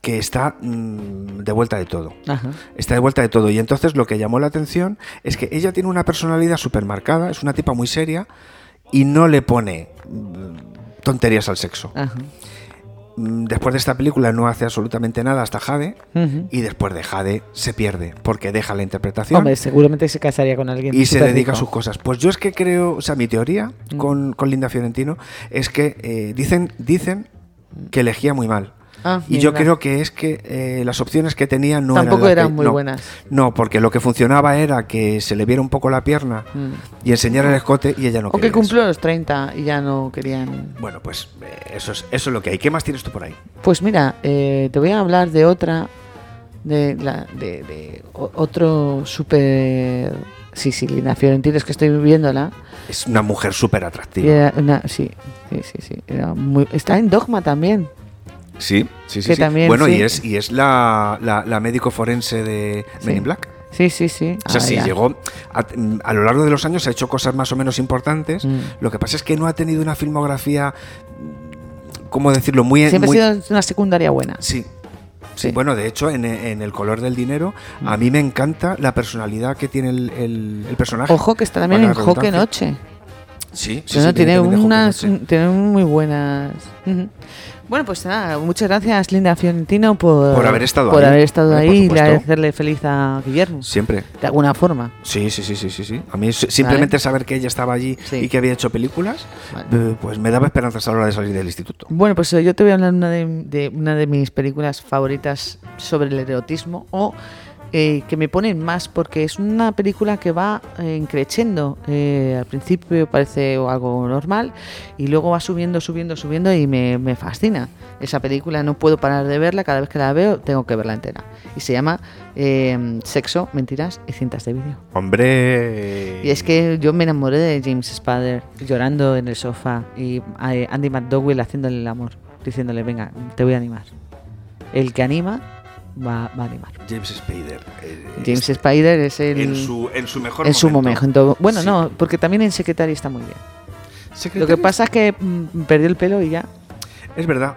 A: que está mm, de vuelta de todo.
B: Ajá.
A: Está de vuelta de todo. Y entonces lo que llamó la atención es que ella tiene una personalidad súper marcada, es una tipa muy seria y no le pone mm, tonterías al sexo.
B: Ajá.
A: Mm, Después de esta película no hace absolutamente nada hasta Jade
B: Ujú.
A: y después de Jade se pierde porque deja la interpretación
B: Hombre, seguramente se casaría con alguien.
A: y se
B: súper
A: dedica a
B: rico.
A: sus cosas. Pues yo es que creo, o sea, mi teoría con, con Linda Fiorentino es que eh, dicen, dicen que elegía muy mal.
B: Ah,
A: y yo
B: mira.
A: creo que es que eh, las opciones que tenía no eran,
B: Tampoco
A: las
B: eran
A: que-
B: muy
A: no.
B: buenas.
A: No, porque lo que funcionaba era que se le viera un poco la pierna y enseñara el escote y ella no
B: o que
A: quería
B: Mm. cumplió los 30 y ya no querían.
A: eso. Bueno, pues eh, eso es, eso es lo que hay. ¿Qué más tienes tú por ahí?
B: Pues mira, eh, te voy a hablar de otra, de, la, de, de o- otro súper... Sí, sí, Linda Fiorentino, es que estoy viéndola.
A: Es una mujer súper atractiva.
B: Y era una- sí, sí, sí, sí, era muy- está en Dogma también.
A: Sí, sí, sí.
B: Que
A: sí.
B: también,
A: bueno,
B: sí.
A: y es, y es la, la- la médico forense de Men
B: Sí.
A: in Black.
B: Sí, sí, sí.
A: O sea,
B: Ah,
A: sí,
B: ya.
A: llegó. A, mm, a lo largo de los años ha hecho cosas más o menos importantes.
B: Mm.
A: Lo que pasa es que no ha tenido una filmografía, mm, ¿cómo decirlo? Muy.
B: Siempre
A: muy-
B: ha sido una secundaria buena.
A: Sí. Sí,
B: Sí.
A: bueno, de hecho, en, en El color del dinero, a
B: Mm.
A: mí me encanta la personalidad que tiene el, el- el personaje.
B: Ojo que está también en
A: Valga la
B: Joque
A: redundancia.
B: Noche.
A: Sí, sí,
B: No, no,
A: sí,
B: tiene,
A: también de Joque
B: unas,
A: Noche.
B: tiene muy buenas. Ujú. Bueno, pues nada, muchas gracias Linda Fiorentino por,
A: Por haber estado
B: por
A: ahí.
B: haber estado
A: Eh, por
B: ahí y
A: supuesto.
B: hacerle feliz a Guillermo,
A: Siempre.
B: de alguna forma.
A: Sí, sí, sí, sí, sí, sí. A mí s- simplemente saber que ella estaba allí
B: Sí.
A: y que había hecho películas,
B: Vale.
A: eh, pues me daba esperanzas a la hora de salir del instituto.
B: Bueno, pues eh, yo te voy a hablar una de, de una de mis películas favoritas sobre el erotismo o eh, que me ponen más porque es una película que va creciendo. al principio parece algo normal y luego va subiendo, subiendo, subiendo y me, me fascina. Esa película no puedo parar de verla, cada vez que la veo tengo que verla entera. Y se llama eh, Sexo, Mentiras y Cintas de Vídeo.
A: Hombre.
B: Y es que yo me enamoré de James Spader llorando en el sofá y eh, Andy McDowell haciéndole el amor, diciéndole, venga, te voy a animar. El que anima va, va a animar.
A: James Spader. eh,
B: James Spider es el...
A: en su, en su mejor
B: en su momento. Bueno,
A: Sí.
B: no, porque también en Secretary está muy bien. Lo
A: Secretarios.
B: que pasa es que mm, perdió el pelo y ya.
A: Es verdad.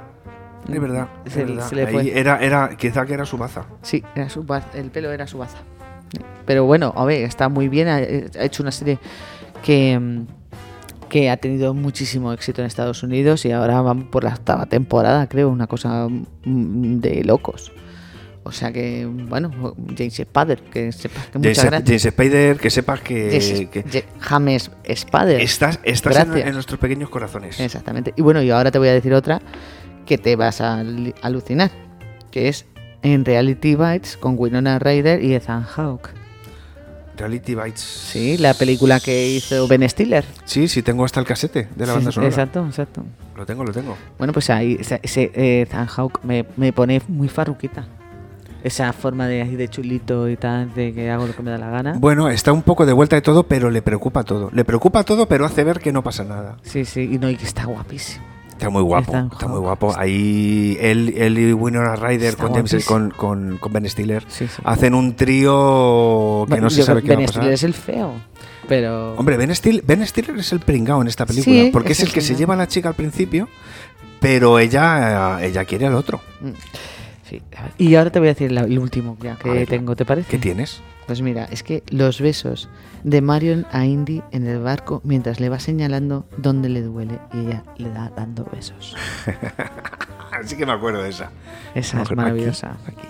A: Es verdad. es
B: Mm. Se-
A: verdad.
B: se le
A: Ahí
B: fue.
A: era, era, quizá que era su baza.
B: Sí, era su baz- el pelo era su baza. Pero bueno, a ver, está muy bien. Ha, ha hecho una serie que, mm, que ha tenido muchísimo éxito en Estados Unidos y ahora van por la octava temporada, creo, una cosa mm, de locos. O sea que, bueno, James Spader, que sepa que
A: James,
B: muchas gracias.
A: James Spader, que sepas que,
B: James-
A: que
B: Ja- James Spader.
A: estás, estás en,
B: Gracias.
A: en nuestros pequeños corazones.
B: Exactamente. Y bueno, y ahora te voy a decir otra que te vas a al- alucinar, que es en Reality Bites con Winona Ryder y Ethan Hawke.
A: Reality Bites.
B: Sí, la película que hizo Ben Stiller.
A: Sí, sí, tengo hasta el casete de la
B: Sí,
A: banda sonora.
B: Exacto, exacto.
A: Lo tengo, lo tengo.
B: Bueno, pues ahí se- se- eh, Ethan Hawke me, me pone muy farruquita. Esa forma de, así de chulito y tal, de que hago lo que me da la gana.
A: Bueno, está un poco de vuelta de todo, pero le preocupa todo. Le preocupa todo, pero hace ver que no pasa nada.
B: Sí, sí, y no, y que está guapísimo.
A: Está muy guapo,
B: Ethan
A: está muy
B: Hawke.
A: guapo. Ahí él, él y Winona Ryder
B: Está
A: con, James,
B: guapísimo.
A: con, con, con Ben Stiller
B: Sí, sí.
A: hacen un trío que
B: Bueno,
A: no se
B: yo
A: sabe
B: creo que
A: qué va a
B: Ben
A: pasar.
B: Stiller es el feo, pero...
A: Hombre, ben Stiller, ben Stiller es el pringao en esta película,
B: Sí,
A: porque
B: es
A: es,
B: el
A: el que se
B: pringao.
A: lleva a la chica al principio, pero ella, ella quiere al otro.
B: mm, Sí, a ver. Y ahora te voy a decir la- el último ya que
A: A ver,
B: tengo, ¿te parece?
A: ¿Qué tienes?
B: Pues mira, es que los besos de Marion a Indy en el barco mientras le va señalando dónde le duele y ella le da dando besos.
A: Así Ah, que me acuerdo de esa.
B: Esa es
A: Mujer,
B: maravillosa.
A: aquí,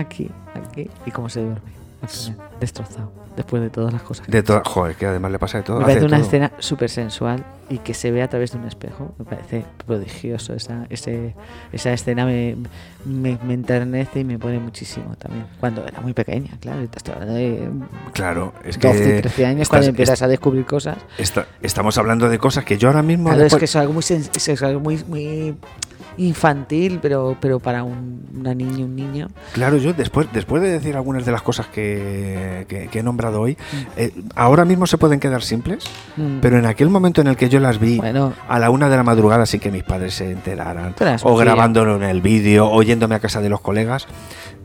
A: aquí.
B: Aquí, aquí. Y cómo se duerme. al final, destrozado. Después de todas las cosas. que
A: De todo, joder, que además le pasa de todo.
B: Me parece
A: hace
B: una
A: todo.
B: escena súper sensual y que se ve a través de un espejo. Me parece prodigioso. Esa, ese- esa escena me, me, me enternece y me pone muchísimo también. Cuando era muy pequeña, claro. te Estoy hablando de
A: Claro, es que
B: 12, 13 años cuando
A: estás-
B: empiezas a descubrir cosas.
A: esta- estamos hablando de cosas que yo ahora mismo
B: Claro, es
A: después-
B: que es algo muy, sen- es algo muy, muy infantil, pero, pero para un, una niña, un niño.
A: Claro, yo después, después de decir algunas de las cosas que, que- que he nombrado hoy, eh, ahora mismo se pueden quedar simples,
B: Mm.
A: pero en aquel momento en el que yo las vi
B: Bueno.
A: a la una de la madrugada sin que mis padres se enteraran,
B: Tú eras
A: o
B: muy cría.
A: grabándolo en el vídeo, o yéndome a casa de los colegas,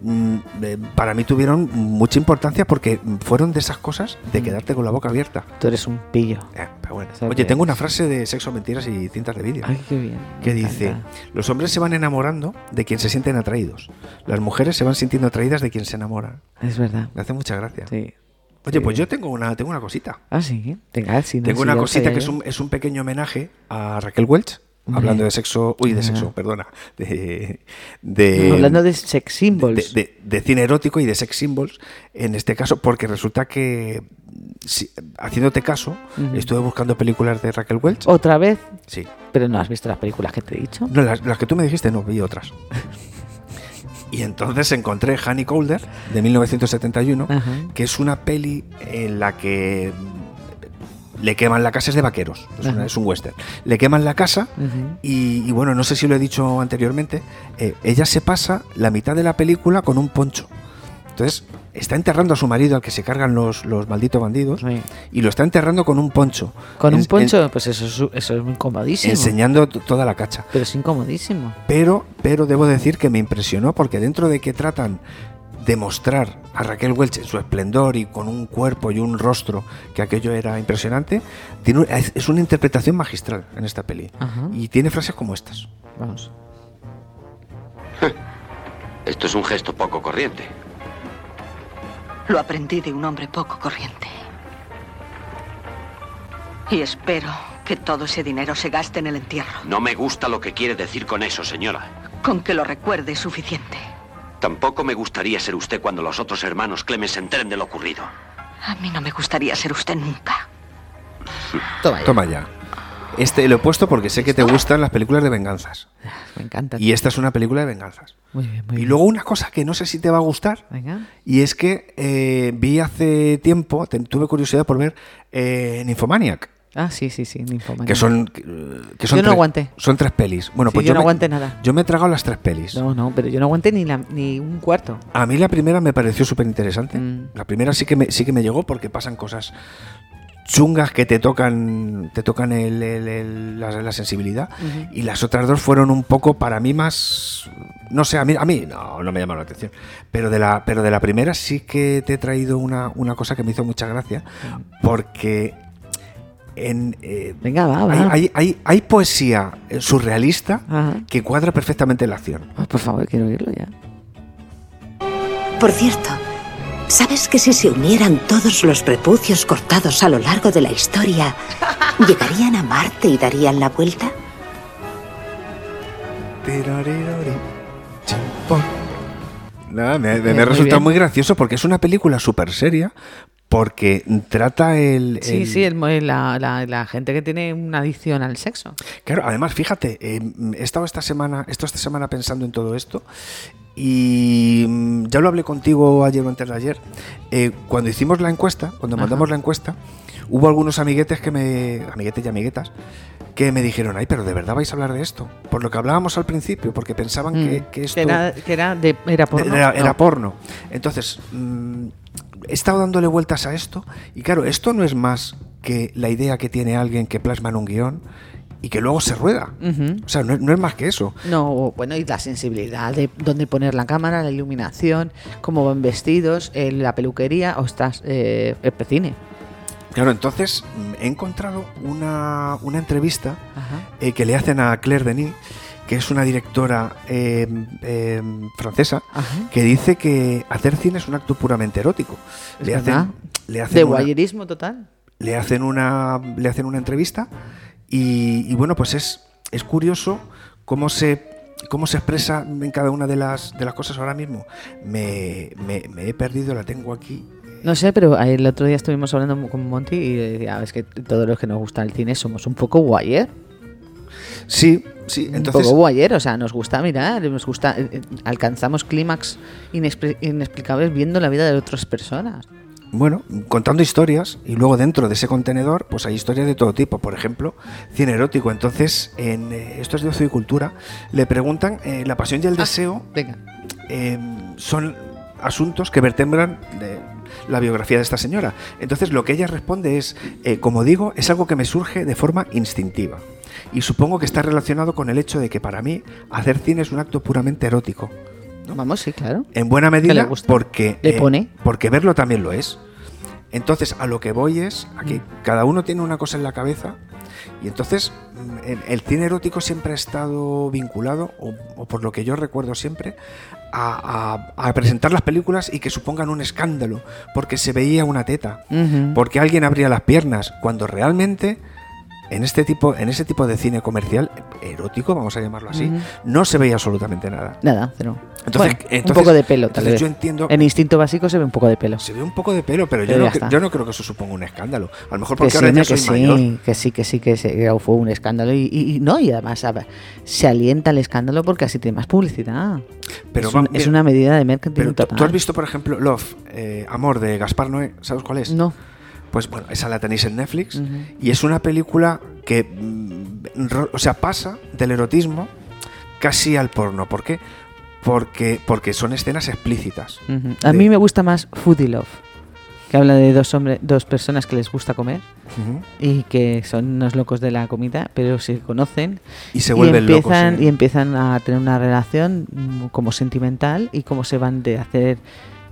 A: mm, eh, para mí tuvieron mucha importancia porque fueron de esas cosas de quedarte con la boca abierta.
B: Tú eres un pillo.
A: Eh, pero bueno.
B: Mm. O sea que-
A: Oye, tengo una frase de sexo, mentiras y cintas de vídeo.
B: Ay, qué bien.
A: que
B: me
A: dice,
B: encanta.
A: los hombres se van enamorando de quien se sienten atraídos, las mujeres se van sintiendo atraídas de quien se enamora.
B: Es verdad.
A: Me hace mucha gracia.
B: Sí.
A: Oye,
B: sí.
A: pues yo tengo una, tengo una cosita.
B: Ah, sí. Venga, si no,
A: tengo
B: si
A: una
B: ya ¿eh? lo
A: cosita que
B: sabía yo.
A: es un, es un pequeño homenaje a Raquel Welch,
B: Hombre.
A: hablando de sexo, uy, de
B: Ah.
A: sexo, perdona, de, de-
B: Hablando de sex symbols.
A: Eh, de- de- de cine erótico y de sex symbols, en este caso, porque resulta que, si- haciéndote caso,
B: Ujú. Oh.
A: estuve buscando películas de Raquel Welch.
B: Otra vez,
A: Sí.
B: pero no has visto las películas que te he dicho.
A: No, las, las que tú me dijiste no, vi otras. Y entonces encontré Honey Colder, de 1971,
B: Ajá.
A: que es una peli en la que le queman la casa, es de vaqueros, es, una-
B: Ajá.
A: es un western. Le queman la casa
B: Ujú.
A: y, y bueno, no sé si lo he dicho anteriormente, eh, ella se pasa la mitad de la película con un poncho. Entonces está enterrando a su marido al que se cargan los, los malditos bandidos
B: Sí.
A: y lo está enterrando con un poncho.
B: Con
A: En-
B: un
A: en-
B: poncho, pues eso es, eso es incomodísimo.
A: enseñando t- toda la cacha.
B: Pero es incomodísimo.
A: Pero, pero debo decir que me impresionó porque dentro de que tratan de mostrar a Raquel Welch en su esplendor y con un cuerpo y un rostro que aquello era impresionante, tiene, un- es es una interpretación magistral en esta peli.
B: Ajá.
A: Y tiene frases como estas.
B: Vamos.
F: Esto es un gesto poco corriente.
H: Lo aprendí de un hombre poco corriente. Y espero que todo ese dinero se gaste en el entierro.
F: No me gusta lo que quiere decir con eso, señora.
H: Con que lo recuerde es suficiente.
F: Tampoco me gustaría ser usted cuando los otros hermanos Clemens se enteren de lo ocurrido.
H: A mí no me gustaría ser usted nunca.
B: Toma ya.
A: Toma ya. Este lo he puesto porque sé que te gustan las películas de venganzas.
B: Me encanta.
A: Y esta es una película de venganzas.
B: Muy bien, muy
A: Y
B: bien.
A: luego una cosa que no sé si te va a gustar.
B: Venga.
A: Y es que eh, vi hace tiempo, te- tuve curiosidad por ver eh, Nymphomaniac.
B: Ah, sí, sí, sí, Ninfomania.
A: Que son, que eh, que son
B: Yo no
A: tres-
B: aguanté.
A: Son tres pelis. Bueno,
B: Sí,
A: pues
B: yo
A: yo,
B: no
A: me-
B: aguanté nada.
A: Yo me he tragado las tres pelis.
B: No, no, pero yo no aguanté ni, la, ni un cuarto.
A: A mí la primera me pareció súper interesante.
B: Mm.
A: La primera sí que, me, sí que me llegó porque pasan cosas chungas que te tocan te tocan el- el- el- la, la sensibilidad y las otras dos fueron un poco para mí más no sé a mí a mí no, no me llamaron la atención pero de la pero de la primera sí que te he traído una, una cosa que me hizo mucha gracia
B: Mm.
A: porque en eh,
B: Venga, va, va.
A: hay, hay- hay- hay poesía eh, surrealista
B: Ajá.
A: que cuadra perfectamente la acción.
B: Ah, por favor, quiero oírlo ya.
I: Por cierto, ¿sabes que si se unieran todos los prepucios cortados a lo largo de la historia, llegarían a Marte y darían la vuelta?
A: Nada, me, me- me
B: Eh, muy
A: ha resultado
B: bien.
A: muy gracioso porque es una película súper seria porque trata el...
B: Sí,
A: el-
B: sí, el, mo- la, la, la gente que tiene una adicción al sexo.
A: Claro, además, fíjate, eh, he estado esta semana, he estado esta semana pensando en todo esto Y mm, ya lo hablé contigo ayer o antes de ayer. Eh, cuando hicimos la encuesta, cuando
B: Ajá.
A: mandamos la encuesta, hubo algunos amiguetes que me. amiguetes y amiguetas que me dijeron, ay, pero de verdad vais a hablar de esto. Por lo que hablábamos al principio, porque pensaban
B: Mm.
A: que, que esto.
B: era, que era de, era porno.
A: Era, era
B: No.
A: porno. Entonces, mm, he estado dándole vueltas a esto y claro, esto no es más que la idea que tiene alguien que plasma en un guión y que luego se rueda.
B: Ujú.
A: O sea, no, no es más que eso.
B: No, o, bueno, y la sensibilidad de dónde poner la cámara, la iluminación, cómo van vestidos, eh, la peluquería, ostras, eh, el pecine.
A: Claro, entonces mm, he encontrado una, una entrevista eh, que le hacen a Claire Denis, que es una directora eh, eh, francesa,
B: Ajá.
A: que dice que hacer cine es un acto puramente erótico.
B: Es
A: Le
B: verdad.
A: hacen, le hacen
B: De
A: una-
B: guayerismo total.
A: le hacen una le hacen una entrevista y, y bueno pues es es curioso cómo se cómo se expresa en cada una de las de las cosas ahora mismo me, me- me he perdido la tengo aquí
B: No sé, pero el otro día estuvimos hablando con Monty y le decía, "Ah, es que todos los que nos gusta el cine somos un poco guayer.
A: sí sí
B: un
A: entonces
B: poco guayer, o sea, nos gusta mirar, nos gusta, eh, eh, alcanzamos clímax inexpre- inexplicables viendo la vida de otras personas.
A: bueno contando historias y luego dentro de ese contenedor pues hay historias de todo tipo por ejemplo cine erótico entonces en eh, esto es de ocio y cultura le preguntan eh, la pasión y el deseo
B: Venga.
A: eh, son asuntos que vertebran de la biografía de esta señora. Entonces lo que ella responde es, eh, como digo, es algo que me surge de forma instintiva. Y supongo que está relacionado con el hecho de que para mí hacer cine es un acto puramente erótico.
B: Vamos, sí, claro.
A: En buena medida
B: le gusta.
A: porque, eh,
B: Le pone.
A: porque verlo también lo es. Entonces a lo que voy es a
B: Mm.
A: que cada uno tiene una cosa en la cabeza y entonces mm, el, el cine erótico siempre ha estado vinculado, o, o por lo que yo recuerdo siempre, a, a- a presentar las películas y que supongan un escándalo, porque se veía una teta,
B: Ujú.
A: porque alguien abría las piernas, cuando realmente en este tipo, en ese tipo de cine comercial, erótico, vamos a llamarlo así,
B: Ujú.
A: no se veía absolutamente nada.
B: Nada, cero.
A: Entonces-
B: Bueno,
A: entonces-
B: un poco de pelo, tal
A: entonces
B: vez.
A: yo entiendo-
B: En instinto básico se ve un poco de pelo.
A: Se ve un poco de pelo, pero yo,
B: Pero
A: no,
B: ya
A: cre-
B: está.
A: yo no creo que eso suponga un escándalo. A lo mejor
B: Que
A: porque ahora
B: sí,
A: ya
B: que
A: soy
B: sí,
A: mayor.
B: que sí, que sí, que se- que fue un escándalo. Y, y- y no, y además a ver, se alienta el escándalo porque así tiene más publicidad.
A: Pero
B: es,
A: va-
B: un- es
A: mira,
B: una medida de mercadeo
A: Pero tú-
B: total.
A: tú has visto, por ejemplo, Love, eh, Amor de Gaspar Noé, ¿sabes cuál es?
B: No.
A: Pues bueno, esa la tenéis en Netflix
B: Ujú.
A: y es una película que, mm, ro- o sea, pasa del erotismo casi al porno. ¿Por qué? Porque, porque son escenas explícitas.
B: Ujú. A
A: De-
B: mí me gusta más Foodie Love, que habla de dos, hombres dos personas que les gusta comer
A: Ujú.
B: y que son unos locos de la comida, pero se conocen
A: Y se vuelven locos.
B: empiezan,
A: ¿eh?
B: Y empiezan a tener una relación mm, como sentimental y cómo se van de hacer.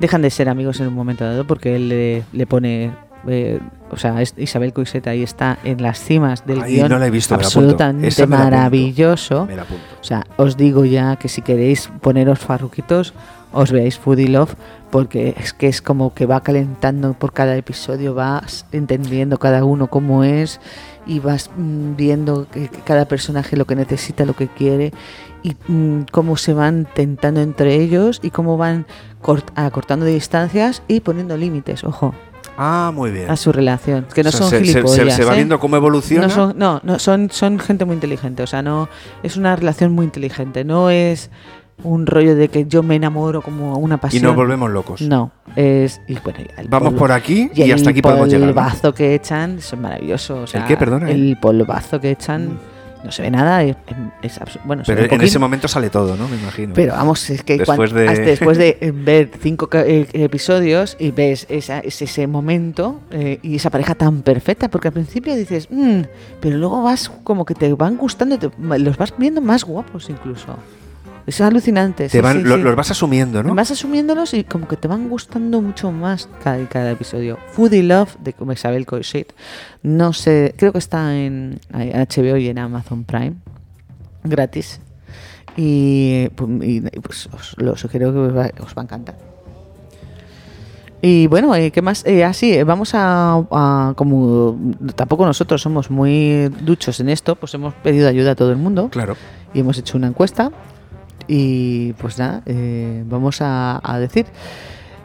B: Dejan de ser amigos en un momento dado porque él le, le pone. eh, o sea, es- Isabel Coixet ahí está en las cimas del
A: Ahí
B: guión.
A: no la he visto, me la apunto.
B: absolutamente
A: Esa me la apunto.
B: maravilloso.
A: Me la apunto.
B: O sea, os digo ya que si queréis poneros farruquitos, os veáis Foodie Love, porque es que es como que va calentando por cada episodio, vas entendiendo cada uno cómo es y vas mm, viendo que que cada personaje lo que necesita, lo que quiere y mm, cómo se van tentando entre ellos y cómo van cort- acortando distancias y poniendo límites, ojo,
A: Ah, muy bien.
B: a su relación. Que no
A: O sea,
B: son
A: se, se- se-
B: gilipollas.
A: se va
B: ¿eh?
A: viendo cómo evoluciona.
B: No, son, no, no, son, son gente muy inteligente. O sea, no es una relación muy inteligente. No es un rollo de que yo me enamoro como una
A: y
B: pasión.
A: nos volvemos locos.
B: No, es. y bueno, y el
A: Vamos
B: polvo-
A: por aquí y,
B: el
A: hasta aquí podemos llegar. ¿no?
B: El polvazo que echan es maravilloso. O sea,
A: qué? Perdona, ¿eh?
B: El polvazo que echan no se ve nada. Es, es absu- bueno, se
A: Pero
B: ve
A: en
B: poquín,
A: ese momento sale todo, ¿no? Me imagino.
B: Pero vamos, es que
A: Después
B: cuan-
A: de-
B: hasta después de eh, ver cinco ca- eh, episodios y ves esa- es ese momento eh, y esa pareja tan perfecta, porque al principio dices, "Mm", pero luego vas como que te van gustando, te- los vas viendo más guapos incluso. Es alucinante.
A: Te
B: sí,
A: van-
B: sí,
A: lo-
B: sí.
A: Los vas asumiendo, ¿no?
B: Vas asumiéndolos y como que te van gustando mucho más cada, cada episodio. Foodie Love de como Isabel Coixet. No sé, creo que está en HBO y en Amazon Prime. Gratis. Y, pum, y, pues os lo sugiero que os va, os va a encantar. Y bueno, eh, ¿qué más? Eh, así, vamos a, a- Como tampoco nosotros somos muy duchos en esto, pues hemos pedido ayuda a todo el mundo
A: Claro.
B: y hemos hecho una encuesta y pues nada, eh, vamos a, a decir.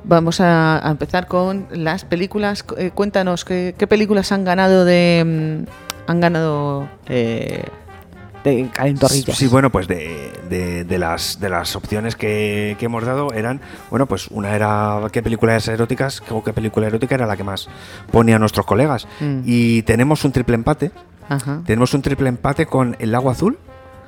B: Vamos a, a empezar con las películas. Eh, cuéntanos qué, qué películas han ganado de mm, han ganado eh, de calentorrillas.
A: Sí, bueno, pues de, de- de las, de las opciones que, que hemos dado eran, bueno, pues una era qué películas eróticas o qué película erótica era la que más ponía a nuestros colegas.
B: Mm.
A: Y tenemos un triple empate.
B: Ajá,
A: Tenemos un triple empate con El Lago Azul.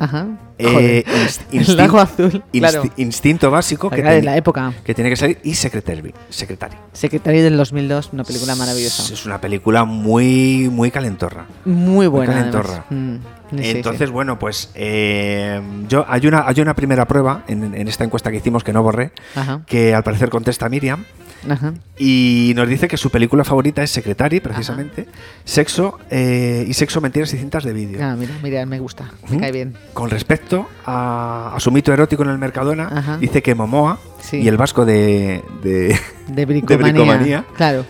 B: ajá.
A: eh,
B: Joder.
A: inst-
B: el
A: instin-
B: lago azul,
A: insti-
B: claro.
A: Instinto básico que,
B: Era de
A: teni-
B: la época.
A: que tiene que salir y Secretary. Secretary.
B: Secretario del 2002, una película maravillosa.
A: Es una película muy, muy calentorra.
B: Muy buena.
A: calentorra.
B: además. Mm, sí, sí.
A: Entonces, bueno, pues eh, yo hay una, hay una primera prueba en, en esta encuesta que hicimos que no borré,
B: Ajá,
A: que al parecer contesta Miriam
B: ajá.
A: y nos dice que su película favorita es Secretary, precisamente, Sexo eh, y Sexo, Mentiras y Cintas de Vídeo.
B: Ah, mira, mira, me gusta, me
A: ¿Mm?
B: cae bien.
A: Con respecto a, a su mito erótico en el Mercadona,
B: Ajá.
A: dice que Momoa
B: Sí.
A: y el vasco de... de-
B: De bricomanía.
A: bricomanía.
B: Claro.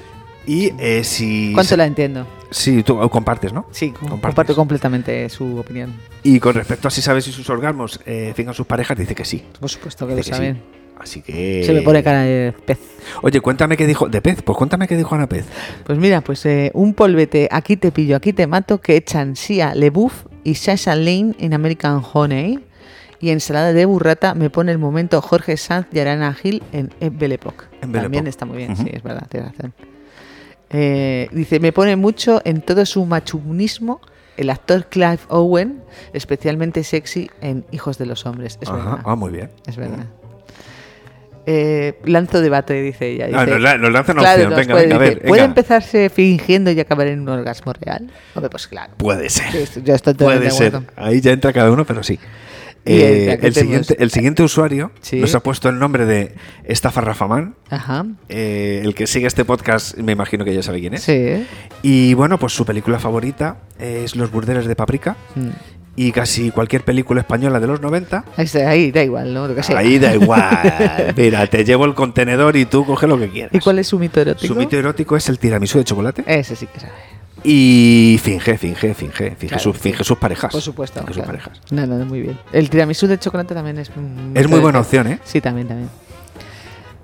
A: y eh, si...
B: ¿Cuánto la entiendo?
A: Sí, tú compartes, ¿no?
B: Sí, com-
A: Compartes.
B: comparto completamente su opinión.
A: Y con respecto a si sabes si sus orgasmos eh, fijan sus parejas, dice que sí.
B: Por supuesto que lo
A: Dice que
B: saben.
A: sí. Eh, Así que.
B: Se me pone cara de pez.
A: Oye, cuéntame qué dijo. De pez, pues cuéntame qué dijo Ana Pez.
B: Pues mira, pues eh, un polvete, aquí te pillo, aquí te mato, que echan Sia LeBouf y Sasha Lane en American Honey. Y ensalada de burrata me pone el momento Jorge Sanz y Arana Gil en en Belle Époque.
A: En Belle
B: También
A: Époque.
B: está muy bien,
A: Ujú.
B: sí, es verdad, tienes razón. Eh, dice, me pone mucho en todo su machunismo el actor Clive Owen, especialmente sexy en Hijos de los Hombres. Es
A: Ajá.
B: verdad.
A: Ah, muy bien.
B: Es verdad. Eh, lanzo debate, dice ella.
A: Ah,
B: Eh, dice-
A: nos la- nos lanza una
B: Claro,
A: opción.
B: nos
A: Venga,
B: puede-
A: venga, a
B: dice,
A: ver,
B: ¿Puede
A: venga.
B: empezarse fingiendo y acabar en un orgasmo real? Hombre, pues claro.
A: Puede ser.
B: Yo estoy- yo estoy totalmente
A: Puede
B: de
A: ser.
B: acuerdo.
A: Ahí ya entra cada uno, pero sí.
B: Y el-
A: Eh,
B: aquí
A: el,
B: tenemos-
A: siguiente, el siguiente usuario
B: Sí.
A: nos ha puesto el nombre de Estafarrafamán.
B: Ajá.
A: Eh, el que sigue este podcast, me imagino que ya sabe quién es.
B: Sí. ¿eh?
A: Y bueno, pues su película favorita es Los Burdeles de Paprika.
B: Mm.
A: Y casi cualquier película española de los 90.
B: Ahí, está, ahí da igual, ¿no? Lo que sea.
A: Ahí da igual. Mira, te llevo el contenedor y tú coge lo que quieras.
B: ¿Y cuál es su mito erótico?
A: Su mito erótico es el tiramisú de chocolate.
B: Ese sí que sabe.
A: Y finge, finge, finge, finge,
B: Claro.
A: sus, finge sus parejas.
B: Por supuesto.
A: Finge
B: claro.
A: sus parejas.
B: No, no, no, muy bien. El tiramisú de chocolate también es...
A: Es muy buena opción, ¿eh?
B: Sí, también, también.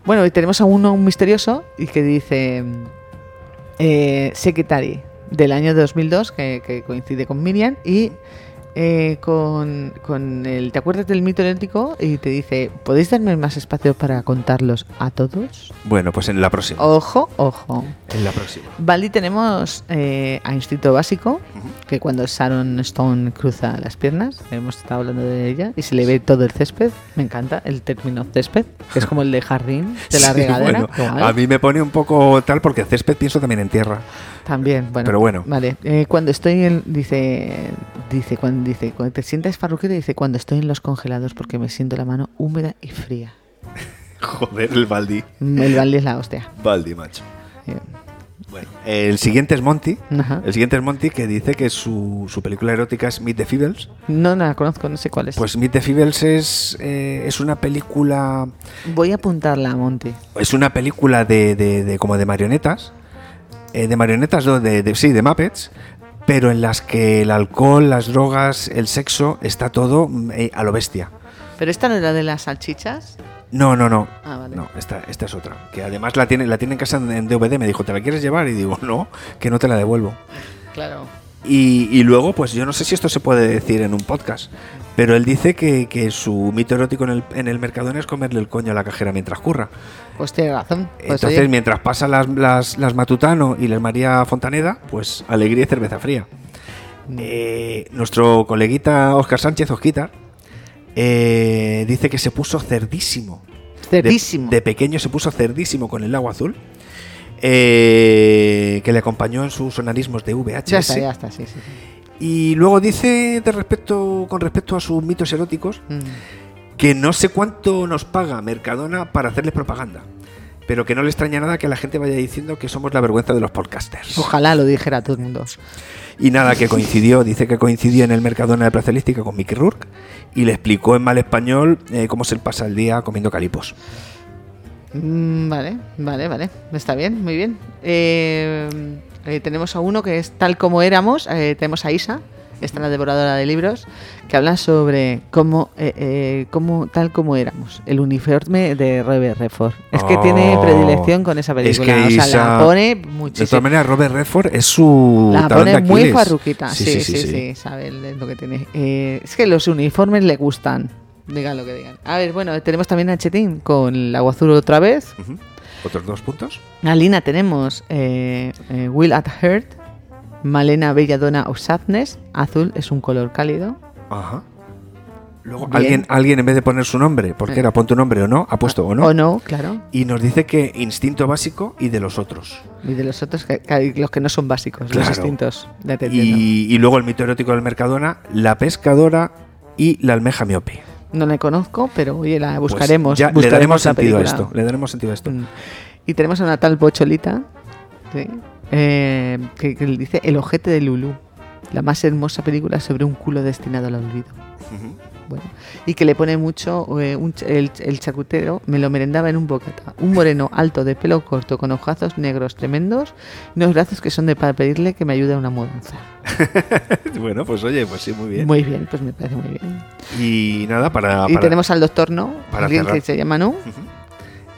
B: Bueno, y tenemos a uno un misterioso y que dice eh, Secretary del año 2002, que, que coincide con Miriam, y eh, con, con el ¿Te acuerdas del mito erótico? Y te dice, ¿podéis darme más espacio para contarlos a todos?
A: Bueno, pues en la próxima.
B: Ojo, ojo.
A: En la próxima.
B: Vali tenemos eh, a Instinto Básico, que cuando Sharon Stone cruza las piernas, hemos estado hablando de ella, y se le ve todo el césped. Me encanta el término césped, que es como el de jardín, de la ¿eh?
A: Sí,
B: regadera.
A: bueno,
B: igual.
A: a mí me pone un poco tal porque césped pienso también en tierra.
B: También, bueno.
A: Pero bueno.
B: Vale, Eh, cuando estoy en, dice, dice, cuando dice, cuando te sientas farruquero, dice, cuando estoy en los congelados porque me siento la mano húmeda y fría.
A: Joder, el Baldi.
B: Mm, El Vali es la hostia.
A: Baldi, macho.
B: Eh,
A: Bueno, el siguiente es Monty.
B: ajá.
A: El siguiente es Monty que dice que su, su película erótica es Meet the Feebles.
B: No, no la conozco, no sé cuál es.
A: Pues Meet the Feebles es, eh, es una película
B: Voy a apuntarla a Monty.
A: Es una película de, de- de- como de marionetas. eh, de marionetas, no, de, de- sí, de Muppets. Pero en las que el alcohol, las drogas, el sexo, está todo mm, eh, a lo bestia.
B: Pero esta no era de las salchichas.
A: No, no, no.
B: Ah, vale.
A: No, esta, esta es otra. Que además la tiene, la tiene en casa en en DVD. Me dijo, ¿te la quieres llevar? Y digo, no, que no te la devuelvo.
B: Claro.
A: Y, y luego, pues yo no sé si esto se puede decir en un podcast. Pero él dice que, que su mito erótico en el, en el Mercadona es comerle el coño a la cajera mientras curra.
B: Pues tiene razón. Pues,
A: Entonces,
B: oye,
A: mientras pasan las, las, las Matutano y las María Fontaneda, pues alegría y cerveza fría. Eh, nuestro coleguita Oscar Sánchez Osquitar eh, dice que se puso cerdísimo. De-
B: cerdísimo.
A: De, pequeño se puso cerdísimo con el agua azul. eh, que le acompañó en sus sonarismos de VHS.
B: ya está, ya está, sí, sí. sí.
A: Y luego dice de respecto, con respecto a sus mitos eróticos
B: Mm.
A: que no sé cuánto nos paga Mercadona para hacerles propaganda, pero que no le extraña nada que la gente vaya diciendo que somos la vergüenza de los podcasters.
B: Ojalá lo dijera todo el mundo.
A: Y nada, que coincidió, dice que coincidió en el Mercadona de Plaza Elíptica con Mickey Rourke y le explicó en mal español eh, cómo se pasa el día comiendo calipos.
B: Mm, vale, vale, vale. Está bien, muy bien. Eh, eh, tenemos a uno que es tal como éramos. eh, tenemos a Isa, está la devoradora de libros, que habla sobre cómo, eh, eh, cómo tal como éramos, el uniforme de Robert Redford. Es que tiene
A: Oh.
B: predilección con esa película,
A: Es que
B: o sea,
A: Isa-
B: la pone
A: De todas
B: muchísimo.
A: maneras, Robert Redford es su
B: La
A: talón de
B: pone muy
A: Aquiles.
B: farruquita, sí, sí, sí, sabe el- lo que tiene. Eh, es que los uniformes le gustan, digan lo que digan. A ver, bueno, tenemos también a Chetín con el agua azul otra vez.
A: Ujú. Otros dos puntos.
B: A Lina tenemos eh, eh, Will at Heart, Malena Belladona of Sadness, azul es un color cálido.
A: Ajá. Luego,
B: Bien.
A: alguien, alguien en vez de poner su nombre, porque
B: Eh.
A: era pon tu nombre o no, ha puesto o no.
B: O no, claro.
A: Y nos dice que instinto básico y de los otros.
B: Y de los otros, que- que- los que no son básicos,
A: Claro.
B: los distintos. Ya te entiendo.
A: Y, y luego el mito erótico del Mercadona, la pescadora y la almeja miope.
B: No la conozco, pero oye, la
A: Pues
B: buscaremos.
A: ya le
B: buscaremos
A: daremos
B: la
A: sentido a
B: película.
A: esto. Le daremos sentido a esto.
B: Mm. Y tenemos a una tal bocholita ¿sí? Eh, que, que le dice El ojete de Lulú, la más hermosa película sobre un culo destinado al olvido. Bueno, y que le pone mucho eh, un ch- el, el charcutero, me lo merendaba en un bocata. Un moreno alto de pelo corto con ojazos negros tremendos y unos brazos que son de para pedirle que me ayude a una mudanza.
A: bueno, pues oye, pues sí, muy bien.
B: Muy bien, pues me parece muy bien.
A: Y nada, para.
B: y
A: para-
B: tenemos al doctor No,
A: para
B: alguien que
A: cerrar.
B: se llama No.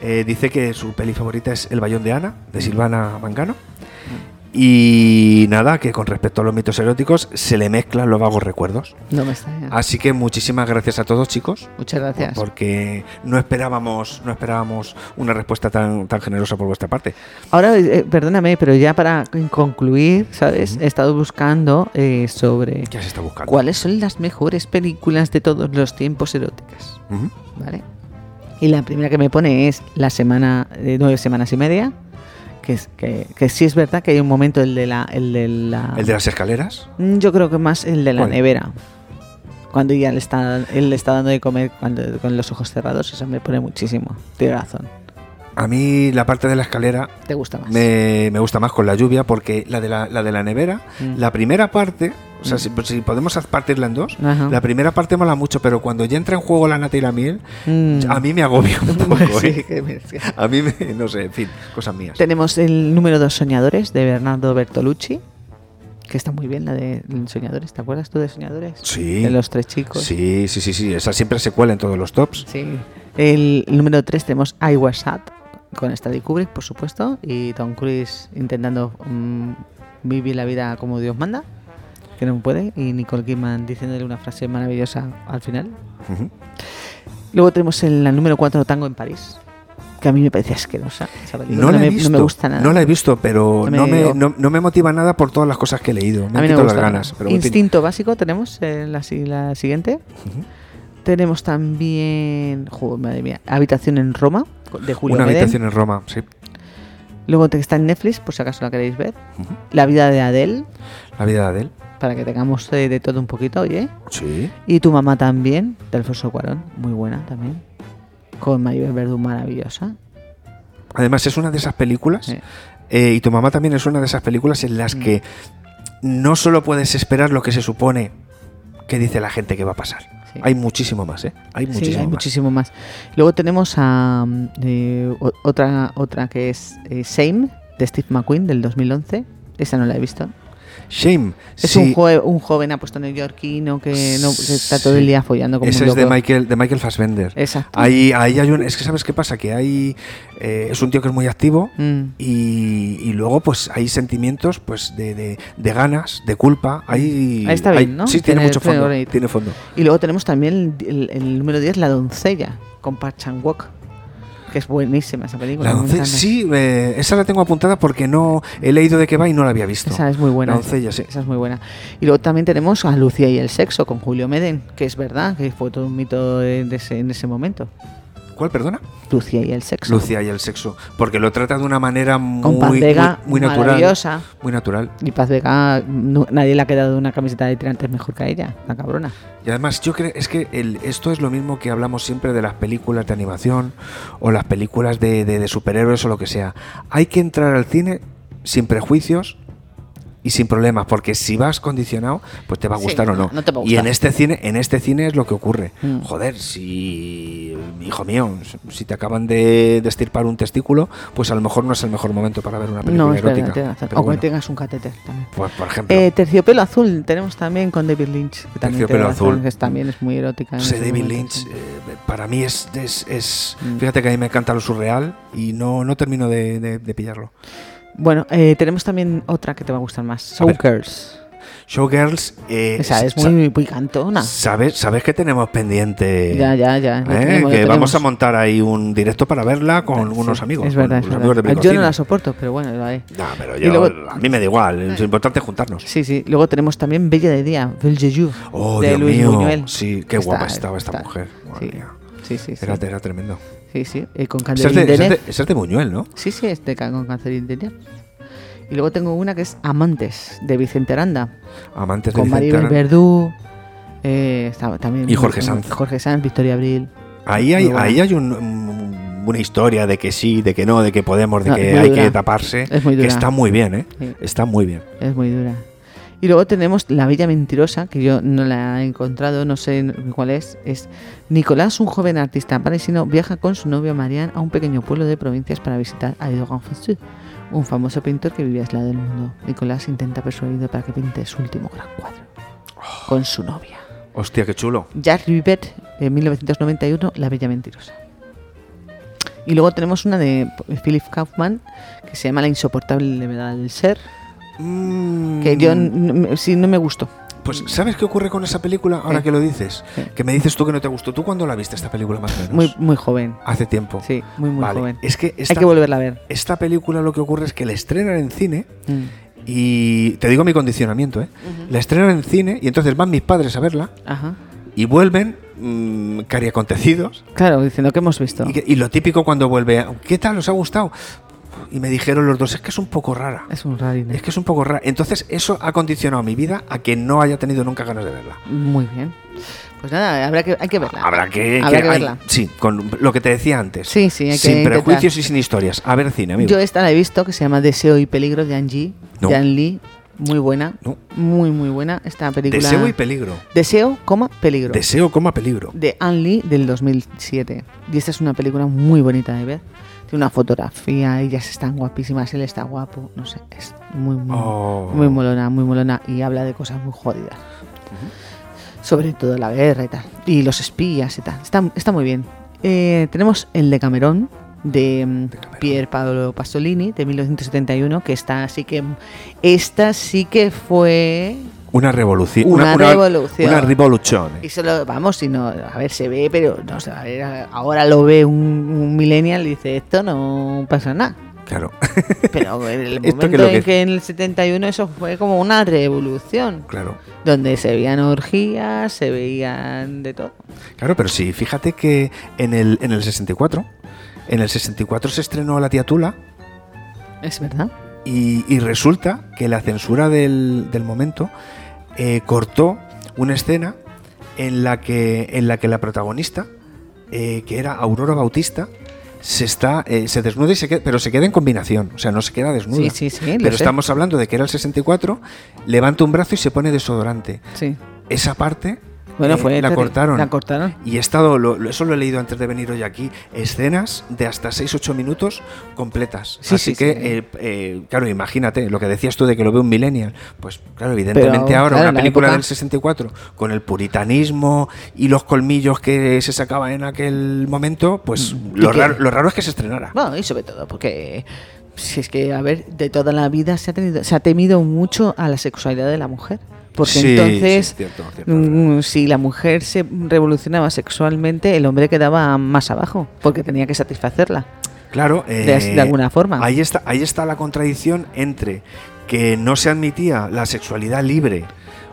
A: eh, dice que su peli favorita es El Bayón de Ana,
B: Mm.
A: de Silvana Mangano. Y nada, que con respecto a los mitos eróticos se le mezclan los vagos recuerdos.
B: No me extraña.
A: Así que muchísimas gracias a todos, chicos.
B: Muchas gracias.
A: Porque no esperábamos, no esperábamos una respuesta tan, tan generosa por vuestra parte.
B: Ahora, eh, perdóname, pero ya para concluir, ¿sabes? He estado buscando eh, sobre
A: ¿Qué se está buscando?
B: cuáles son las mejores películas de todos los tiempos eróticas,
A: Ujú.
B: ¿vale? Y la primera que me pone es la semana de nueve semanas y media, que, es, que, que sí es verdad que hay un momento, el de la... El de la,
A: ¿El de las escaleras?
B: Mm, Yo creo que más el de la
A: ¿Cuál?
B: nevera. Cuando ya le está, él le está dando de comer cuando- con los ojos cerrados, eso me pone muchísimo. Tienes razón.
A: A mí la parte de la escalera
B: ¿Te gusta más?
A: me, me gusta más con la lluvia porque la de la, la de la nevera,
B: Mm.
A: la primera parte, o sea, si, si podemos partirla en dos,
B: Ajá.
A: la primera parte mola mucho, pero cuando ya entra en juego la nata y la miel,
B: Mm.
A: a mí me agobia un poco.
B: Sí,
A: ¿eh?
B: que me- sí.
A: A mí, me, no sé, en fin, cosas mías.
B: Tenemos el número dos Soñadores de Bernardo Bertolucci, que está muy bien la de Soñadores. ¿Te acuerdas tú de Soñadores?
A: Sí.
B: De los tres chicos.
A: Sí, sí, sí, sí, esa siempre se cuela en todos los tops.
B: Sí. El número tres tenemos I Was At, con Stanley Kubrick, por supuesto, y Tom Cruise intentando mm, vivir la vida como Dios manda, que no puede, y Nicole Kidman diciéndole una frase maravillosa al final.
A: Ujú.
B: Luego tenemos el, la número 4, Tango en París, que a mí me parece asquerosa. esa película.
A: No, la
B: me,
A: he visto,
B: no me gusta nada.
A: No la he visto, pero
B: No
A: no
B: me-
A: me, no- no me motiva nada por todas las cosas que he leído. Me han
B: A mí no
A: quitado
B: me
A: las
B: gusta.
A: ganas. Pero en fin.
B: Instinto básico tenemos eh, la, si- la siguiente. Tenemos también, jo, madre mía, Habitación en Roma de Julio
A: Una
B: Medem.
A: habitación en Roma, sí.
B: Luego te- está en Netflix, por si acaso la queréis ver.
A: Ujú.
B: La vida de Adele,
A: La vida de él.
B: para que tengamos eh, de todo un poquito, oye.
A: Sí.
B: Y tu mamá también, de Alfonso Cuarón, muy buena también. Con Maribel Verdú, maravillosa.
A: Además, es una de esas películas.
B: Sí. Mm.
A: eh, y tu mamá también es una de esas películas en las que no solo puedes esperar lo que se supone que dice la gente que va a pasar.
B: Sí.
A: Hay muchísimo más, ¿eh? Hay muchísimo
B: sí, hay
A: más.
B: muchísimo más. Luego tenemos a mm, eh, o- otra, otra que es eh, Same, de Steve McQueen, del 2011. Esa no la he visto.
A: Shame.
B: Es
A: sí.
B: un, jue- un joven apuesto neoyorquino que, no, que está todo el
A: Sí.
B: día follando como
A: Ese
B: un
A: es
B: loco.
A: de Michael, de Michael Fassbender.
B: Exacto.
A: Ahí, ahí hay un. Es que sabes qué pasa, que hay. eh, es un tío que es muy activo.
B: Mm.
A: Y, y luego, pues hay sentimientos pues de, de- de ganas, de culpa. Ahí,
B: Mm. Ahí está
A: hay-
B: bien, ¿no?
A: Sí, tiene,
B: Tiene-
A: mucho
B: tiene
A: fondo.
B: bonito.
A: Tiene fondo.
B: Y luego tenemos también el, el- el número 10, La doncella, con Park Chan-wook, que es buenísima esa película.
A: La
B: me
A: doncella,
B: encanta.
A: sí, eh, esa la tengo apuntada porque no he leído de qué va y no la había visto.
B: Esa es muy buena.
A: La doncella, sí.
B: Esa es muy buena. Y luego también tenemos a Lucía y el sexo con Julio Meden, que es verdad, que fue todo un mito en ese, en ese momento.
A: ¿Cuál, perdona?
B: Lucía y el sexo.
A: Lucía y el sexo. Porque lo trata de una manera
B: con
A: muy,
B: Paz Vega,
A: muy, muy natural.
B: maravillosa.
A: Muy natural.
B: Y Paz Vega, no- nadie le ha quedado una camiseta de tirantes mejor que a ella, la cabrona.
A: Y además, yo creo es que el- esto es lo mismo que hablamos siempre de las películas de animación o las películas de, de- de superhéroes o lo que sea. Hay que entrar al cine sin prejuicios y sin problemas, porque si vas condicionado, pues te va a
B: Sí,
A: gustar o no.
B: no, no te va a
A: Y en
B: gustar.
A: este cine, en este cine es lo que ocurre.
B: Mm.
A: Joder, si hijo mío, si te acaban de, de estirpar un testículo, pues a lo mejor no es el mejor momento para ver una película
B: No, es
A: erótica.
B: verdad, tienes razón.
A: Pero
B: O
A: bueno,
B: que tengas un catéter también.
A: pues, por ejemplo,
B: Eh, terciopelo azul tenemos también con David Lynch. Que también
A: Terciopelo
B: tiene razón,
A: azul.
B: que es- también es muy erótica.
A: no
B: en
A: sé,
B: ese
A: David
B: momento,
A: Lynch,
B: sí.
A: eh, para mí es, es, es-
B: Mm.
A: fíjate que a mí me encanta lo surreal y no, no termino de, de- de pillarlo.
B: Bueno, eh, tenemos también otra que te va a gustar más.
A: A ver.
B: Soakers.
A: Showgirls, eh,
B: Esa es
A: sa-
B: muy, muy cantona.
A: ¿Sabes, sabes que tenemos pendiente?
B: ya, ya, ya. lo
A: ¿Eh?
B: tenemos, lo
A: que vamos
B: tenemos. Ah,
A: a montar ahí un directo para verla con
B: Sí,
A: unos amigos.
B: Es verdad,
A: con
B: es
A: unos
B: verdad.
A: amigos de
B: Yo no
A: Bricocine.
B: la soporto, pero bueno, la hay.
A: No, pero
B: Y
A: yo,
B: luego-
A: a mí me da igual. Lo importante es juntarnos.
B: Sí, sí. Luego tenemos también Bella de Día, Belle de Jour,
A: Oh,
B: de
A: Dios
B: Luis
A: mío.
B: Buñuel.
A: Sí, qué guapa estaba esta mujer. Madre
B: Sí,
A: mía.
B: sí, sí. sí.
A: Era, era tremendo.
B: Sí, sí. eh, con
A: Ese es, de,
B: Candelín
A: ese es
B: Deneuve.
A: de- ese es de Buñuel, ¿no?
B: Sí, sí, es de ca- con cáncer interior. Y luego tengo una que es Amantes, de Vicente Aranda,
A: Amantes de
B: con
A: Vicente
B: Maribel
A: Arana.
B: Verdú. eh, está- también
A: Y Jorge
B: eh,
A: Sanz.
B: Jorge Sanz, Victoria Abril.
A: Ahí hay,
B: Muy buena.
A: ahí hay un- un- una historia de que sí, de que no, de que podemos, de
B: No, es
A: que
B: muy
A: hay
B: dura.
A: que taparse.
B: Es muy
A: que
B: dura.
A: está muy bien, ¿eh?
B: Sí.
A: Está muy bien.
B: Es muy dura. Y luego tenemos La Bella Mentirosa, que yo no la he encontrado, no sé cuál es. Es Nicolás, un joven artista parisino, viaja con su novia Marianne a un pequeño pueblo de provincias para visitar a Edouard Fanciu, un famoso pintor que vive aislado del mundo. Nicolás intenta persuadirlo para que pinte su último gran cuadro con su novia.
A: Hostia, qué chulo.
B: Jacques Rivet, en 1991, La Bella Mentirosa. Y luego tenemos una de Philip Kaufman que se llama La insoportable levedad del ser, que yo n- n- sí no me gustó.
A: Mm, Pues, ¿sabes qué ocurre con esa película ahora
B: ¿Qué?
A: que lo dices?
B: ¿Qué?
A: Que me dices tú que no te gustó. ¿Tú cuándo la viste esta película más o menos?
B: Muy, muy joven.
A: Hace tiempo.
B: Sí, muy, muy
A: Vale.
B: joven.
A: Es que
B: Hay
A: esta,
B: que volverla a ver.
A: esta película lo que ocurre es que la estrenan en cine
B: Mm.
A: y te digo mi condicionamiento, ¿eh? La estrenan en cine y entonces van mis padres a verla
B: Ajá.
A: y vuelven mmm, cariacontecidos.
B: Claro, diciendo que hemos visto.
A: Y, que- y lo típico cuando vuelve, ¿qué tal? ¿Os ha gustado? Y me dijeron los dos, es que es un poco rara.
B: Es un rarín.
A: Es que es un poco rara. Entonces eso ha condicionado mi vida a que no haya tenido nunca ganas de verla.
B: Muy bien. Pues nada, habrá que, hay que verla.
A: Habrá que,
B: Habrá
A: que-
B: que
A: ay,
B: verla.
A: sí, con lo que te decía antes.
B: Sí, sí, hay que
A: Sin
B: intentar.
A: prejuicios y sin historias. A ver cine, amigo.
B: Yo esta la he visto, que se llama Deseo y Peligro de Angie,
A: No.
B: Jan Lee. Muy buena.
A: No.
B: Muy, muy buena. Esta película.
A: Deseo y peligro.
B: Deseo, coma, peligro.
A: Deseo, coma, peligro.
B: de Anne Lee del 2007. Y esta es una película muy bonita de ver. Tiene una fotografía, ellas están guapísimas, él está guapo, no sé, es muy, muy,
A: Oh.
B: muy molona, muy molona y habla de cosas muy jodidas. Sobre todo la guerra y tal, y los espías y tal. Está, está muy bien. Eh, tenemos el de Camerón, de mm,
A: Camerón.
B: Pier Paolo Pasolini, de 1971, que está así que. Esta sí que fue
A: Una revolución.
B: Una revolución.
A: Una revolución.
B: y solo, vamos, si no, a ver, se ve, pero no sé, a ver, ahora lo ve un, un millennial y dice, esto no pasa nada.
A: Claro.
B: Pero en el
A: Esto que
B: momento
A: lo que-
B: en que en el 71 eso fue como una revolución,
A: claro.
B: donde se veían orgías, se veían de todo.
A: Claro, pero sí, fíjate que en el, en el 64, en el 64 se estrenó La tía Tula
B: Es verdad.
A: y, y resulta que la censura del, del momento eh, cortó una escena en la que, en la, que la protagonista, eh, que era Aurora Bautista, se está eh, se desnuda y se queda, pero se queda en combinación, o sea, no se queda desnuda.
B: Sí, sí, sí, lo
A: Pero
B: sé.
A: estamos hablando de que era el 64, levanta un brazo y se pone desodorante.
B: Sí.
A: Esa parte
B: Bueno,
A: eh,
B: fue
A: la
B: terri-
A: cortaron.
B: La cortaron.
A: Y he estado, lo- lo- eso lo he leído antes de venir hoy aquí, escenas de hasta 6-8 minutos completas.
B: Sí,
A: Así
B: sí,
A: que,
B: sí.
A: eh, eh, claro, imagínate, lo que decías tú de que lo ve un millennial, pues claro, evidentemente
B: Pero,
A: ahora
B: claro, en
A: una
B: la
A: película
B: época-
A: del 64 con el puritanismo y los colmillos que se sacaba en aquel momento, pues lo
B: Mm, que-
A: raro, lo raro es que se estrenara.
B: Bueno, y sobre todo porque si es que, a ver, de toda la vida se ha, tenido, se ha temido mucho a la sexualidad de la mujer. Porque
A: Sí, sí,
B: entonces,
A: cierto, cierto.
B: mm, si la mujer se revolucionaba sexualmente, el hombre quedaba más abajo, porque tenía que satisfacerla.
A: Claro, eh,
B: De as- de alguna forma.
A: Ahí está, ahí está la contradicción entre que no se admitía la sexualidad libre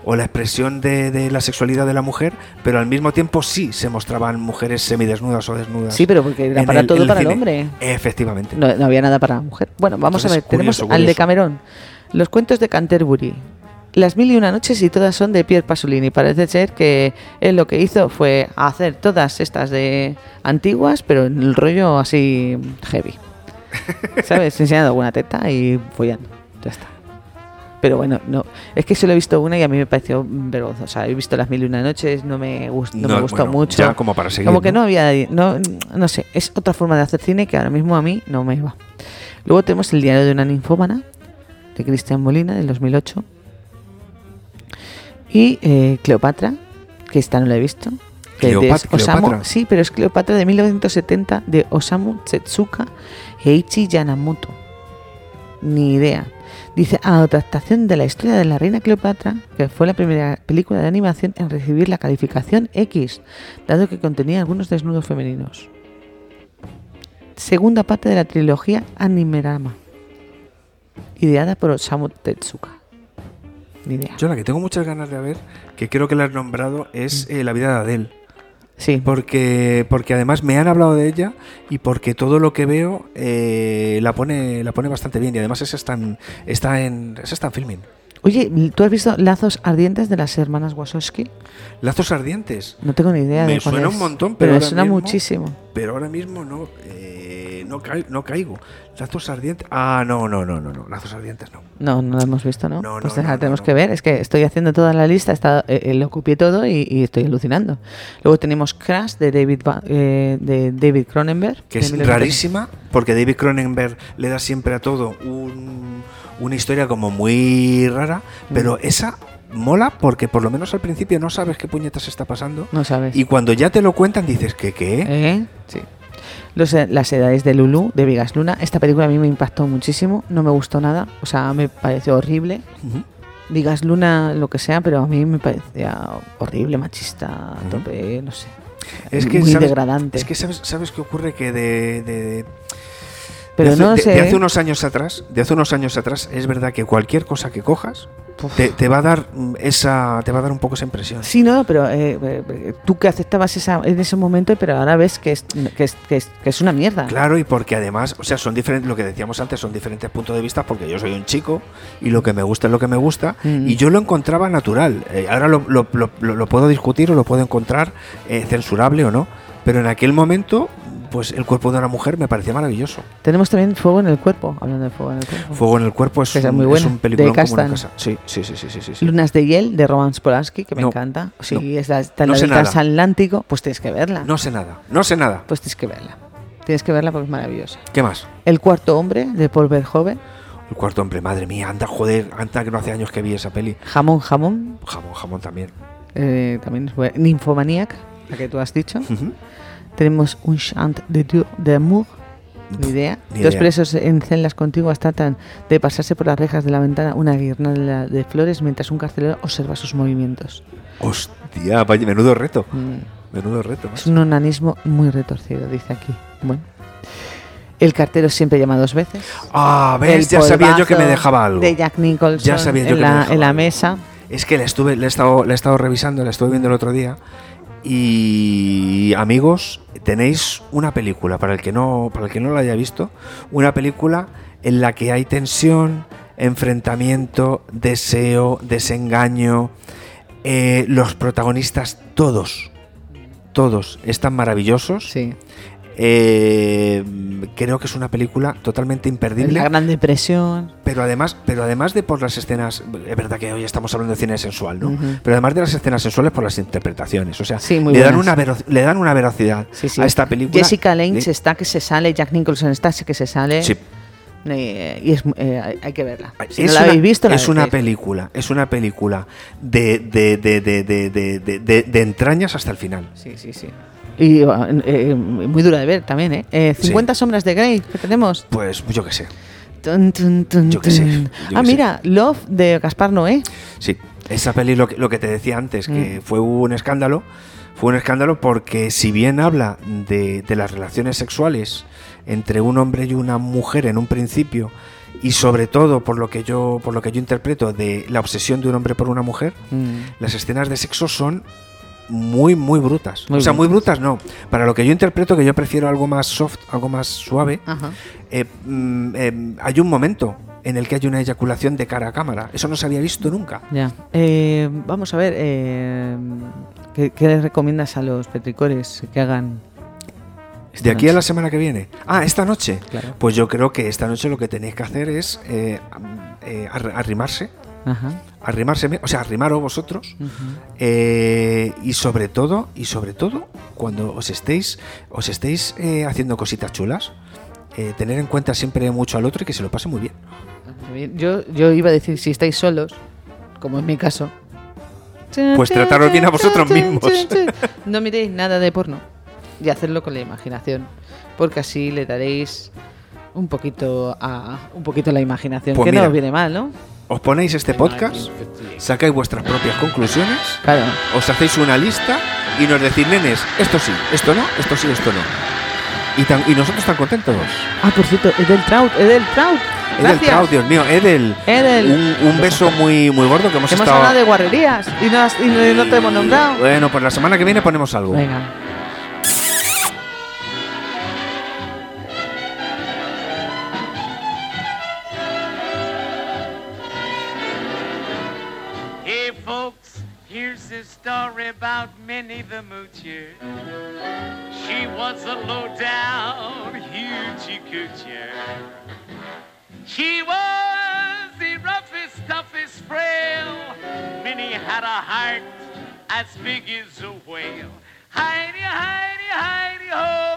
A: o la expresión de, de la sexualidad de la mujer, pero al mismo tiempo sí se mostraban mujeres semidesnudas o desnudas.
B: Sí, pero porque era
A: en
B: para todo
A: en
B: para el
A: cine.
B: hombre.
A: Efectivamente.
B: No, no había nada para la mujer. Bueno, vamos
A: Entonces,
B: a ver, tenemos
A: curioso,
B: al de
A: curioso.
B: Camerón, los cuentos de Canterbury. Las mil y una noches y todas son de Pier Pasolini. Parece ser que él lo que hizo fue hacer todas estas de antiguas, pero en el rollo así heavy. ¿Sabes? Enseñando alguna teta y follando. Ya está. Pero bueno, no. Es que solo he visto una y a mí me pareció vergonzosa. He visto las mil y una noches, no me, gust- no
A: No,
B: me gustó
A: bueno,
B: mucho.
A: ya como para seguir,
B: Como que
A: ¿no?
B: no había nadie. No, no sé, es otra forma de hacer cine que ahora mismo a mí no me va. Luego tenemos El diario de una ninfómana, de Cristian Molina, del 2008. Y eh, Cleopatra, que esta no la he visto. que es de
A: Cleopat-
B: Osamu-
A: Cleopatra.
B: sí, pero es Cleopatra de 1970 de Osamu Tetsuka e Ichi Yanamoto. Ni idea. Dice, adaptación de la historia de la reina Cleopatra, que fue la primera película de animación en recibir la calificación X, dado que contenía algunos desnudos femeninos. Segunda parte de la trilogía Animerama, ideada por Osamu Tetsuka. Ni idea.
A: Yo la que tengo muchas ganas de ver, que creo que la has nombrado, es
B: Mm.
A: eh, La vida de Adele.
B: Sí,
A: Porque, porque además me han hablado de ella y porque todo lo que veo eh, la pone la pone bastante bien. Y además esa está en, está en, esa está en filming.
B: Oye, ¿tú has visto Lazos Ardientes de las hermanas Wasowski?
A: Lazos ardientes.
B: No tengo ni idea
A: Me
B: de cuál
A: suena un
B: es,
A: montón, pero
B: pero me
A: ahora
B: suena
A: mismo-
B: muchísimo.
A: Pero ahora mismo no, eh, no, cai- no caigo. Lazos ardientes. Ah, no, no, no, no, no. Lazos ardientes no.
B: No, no la hemos visto, ¿no?
A: No,
B: pues
A: no,
B: la
A: no,
B: tenemos
A: no, no.
B: que ver. Es que estoy haciendo toda la lista, está, eh, eh, lo ocupé todo y, y estoy alucinando. Luego tenemos Crash de David, Ba- eh, de David Cronenberg.
A: Que
B: de
A: es
B: 1900.
A: rarísima porque David Cronenberg le da siempre a todo un- una historia como muy rara. Pero esa mola porque por lo menos al principio no sabes qué puñetas está pasando.
B: No sabes.
A: Y cuando ya te lo cuentan dices que qué.
B: ¿Eh? Sí. Los- las edades de Lulu, de Vigas Luna. Esta película a mí me impactó muchísimo, no me gustó nada, o sea, me pareció horrible.
A: Ujú.
B: Digas Luna, lo que sea, pero a mí me parecía horrible, machista, a
A: Ujú.
B: tope, no sé.
A: Es que,
B: muy
A: sabes,
B: degradante.
A: Es que sabes, sabes qué ocurre que de, de- de-
B: pero
A: de hace,
B: no
A: de-
B: sé. ¿eh?
A: de hace unos años atrás, de hace unos años atrás, es verdad que cualquier cosa que cojas
B: Puf.
A: te, te va a dar mm, esa, te va a dar un poco esa impresión.
B: Sí, no, pero eh, eh, tú que aceptabas esa, en ese momento, pero ahora ves que es, que es, que es, que es una mierda.
A: Claro, y porque además, o sea, son diferentes, lo que decíamos antes, son diferentes puntos de vista, porque yo soy un chico y lo que me gusta es lo que me gusta,
B: Mm.
A: y yo lo encontraba natural. Eh, ahora lo, lo- lo- lo- lo puedo discutir o lo puedo encontrar eh, censurable o no, pero en aquel momento, pues el cuerpo de una mujer me parecía maravilloso.
B: Tenemos también Fuego en el Cuerpo, hablando de Fuego en el Cuerpo.
A: Fuego en el cuerpo es,
B: Esa es
A: un,
B: muy
A: es
B: buena,
A: un peliculón
B: de
A: como una
B: Castan.
A: casa. Sí, sí, sí, sí, sí, sí, sí.
B: Lunas de Hiel, de Roman Polanski, que me
A: No,
B: encanta. Sí,
A: no.
B: es la, está
A: No
B: la
A: sé
B: del
A: nada.
B: transatlántico, pues tienes que verla.
A: No sé nada, no sé nada.
B: Pues tienes que verla. Tienes que verla porque es maravillosa.
A: ¿Qué más?
B: El cuarto hombre, de Paul Verhoeven.
A: El cuarto hombre, madre mía, anda, joder, anda que no hace años que vi esa peli.
B: Jamón, jamón.
A: Jamón, jamón también.
B: eh, también es buena. Ninfomaniac, la que tú has dicho.
A: Ujú.
B: Tenemos un chant de Dieu de Amour. Ni idea.
A: ni
B: Dos
A: idea.
B: presos en celdas contiguas tratan de pasarse por las rejas de la ventana una guirnalda de flores mientras un carcelero observa sus movimientos.
A: Hostia, vaya, menudo reto.
B: Mm.
A: Menudo reto.
B: Es
A: macho.
B: un onanismo muy retorcido, dice aquí. Bueno. El cartero siempre llama dos veces.
A: Ah,
B: El
A: ves, ya sabía yo que me
B: polvazo
A: dejaba algo.
B: De Jack Nicholson
A: Ya sabía yo
B: en,
A: que me
B: la,
A: dejaba
B: en la
A: algo.
B: mesa.
A: Es que la estuve, la he estado, la he estado revisando, la estuve viendo el otro día. Y amigos, tenéis una película, para el que no, para el que no la haya visto, una película en la que hay tensión, enfrentamiento, deseo, desengaño. eh, los protagonistas, todos, todos están maravillosos.
B: Sí.
A: Eh, creo que es una película totalmente imperdible.
B: La Gran Depresión.
A: Pero además, pero además de por las escenas, es verdad que hoy estamos hablando de cine sensual, ¿no?
B: Ujú.
A: Pero además de las escenas sensuales por las interpretaciones, o sea,
B: Sí, muy
A: le dan
B: buenas.
A: una vero- le dan una veracidad
B: Sí, sí.
A: a esta película.
B: Jessica Lange
A: Sí.
B: está que se sale, Jack Nicholson está que se sale.
A: Sí.
B: Eh, y es, eh, hay- hay que verla. Si
A: es
B: no la
A: una,
B: habéis visto, la
A: es una
B: veréis.
A: película, es una película de, de, de, de, de, de- de- de- de entrañas hasta el final.
B: Sí, sí, sí. Y eh, eh, muy dura de ver también, ¿eh? Eh, 50 sombras de Grey, que tenemos.
A: Pues yo qué sé.
B: Tun, tun, tun,
A: Yo qué sé,
B: tun.
A: yo
B: ah,
A: qué sé.
B: mira, Love de Gaspar Noé.
A: Sí, esa peli lo que, lo que te decía antes, que fue un escándalo, fue un escándalo porque si bien habla de, de las relaciones sexuales entre un hombre y una mujer en un principio, y sobre todo por lo que yo, por lo que yo interpreto, de la obsesión de un hombre por una mujer,
B: Mm.
A: las escenas de sexo son muy, muy brutas.
B: Muy
A: o sea, muy brutas no. Para lo que yo interpreto, que yo prefiero algo más soft, algo más suave,
B: Ajá.
A: eh, mm, eh, hay un momento en el que hay una eyaculación de cara a cámara. Eso no se había visto nunca.
B: Ya. Eh, vamos a ver, eh, ¿qué, qué les recomiendas a los petricores que hagan? esta
A: De aquí a
B: noche?
A: la semana que viene. Ah, esta noche.
B: Claro.
A: Pues yo creo que esta noche lo que tenéis que hacer es eh, am- eh, ar- arrimarse
B: Ajá.
A: arrimárseme, o sea, arrimaros vosotros
B: Mm.
A: eh, y sobre todo, y sobre todo, cuando os estéis, os estéis eh, haciendo cositas chulas, eh, tener en cuenta siempre mucho al otro y que se lo pase muy bien.
B: Yo, yo iba a decir, si estáis solos, como en mi caso,
A: Pues trataros bien a vosotros mismos.
B: No miréis nada de porno y hacedlo con la imaginación, porque así le daréis un poquito a un poquito a la imaginación,
A: Pues
B: que
A: mira.
B: no os viene mal, ¿no?
A: Os ponéis este podcast, sacáis vuestras propias conclusiones,
B: Claro.
A: os hacéis una lista y nos decís, nenes, esto sí, esto no, esto sí, esto no. Y, tan- y nosotros tan contentos.
B: Ah, por cierto, Edel Trout, Edel Trout.
A: Edel
B: gracias.
A: Trau, Dios mío, Edel.
B: Edel.
A: Un, un beso muy, muy gordo que hemos,
B: Hemos
A: estado.
B: hablado de guarrerías y no, has- y no- no te hemos nombrado.
A: Bueno, pues la semana que viene ponemos algo.
B: Venga.
J: Hey folks, here's a story about Minnie the Moocher. She was a low-down hoochie coocher. She was the roughest, toughest frail. Minnie had a heart as big as a whale. Heidi, Heidi, Heidi, ho!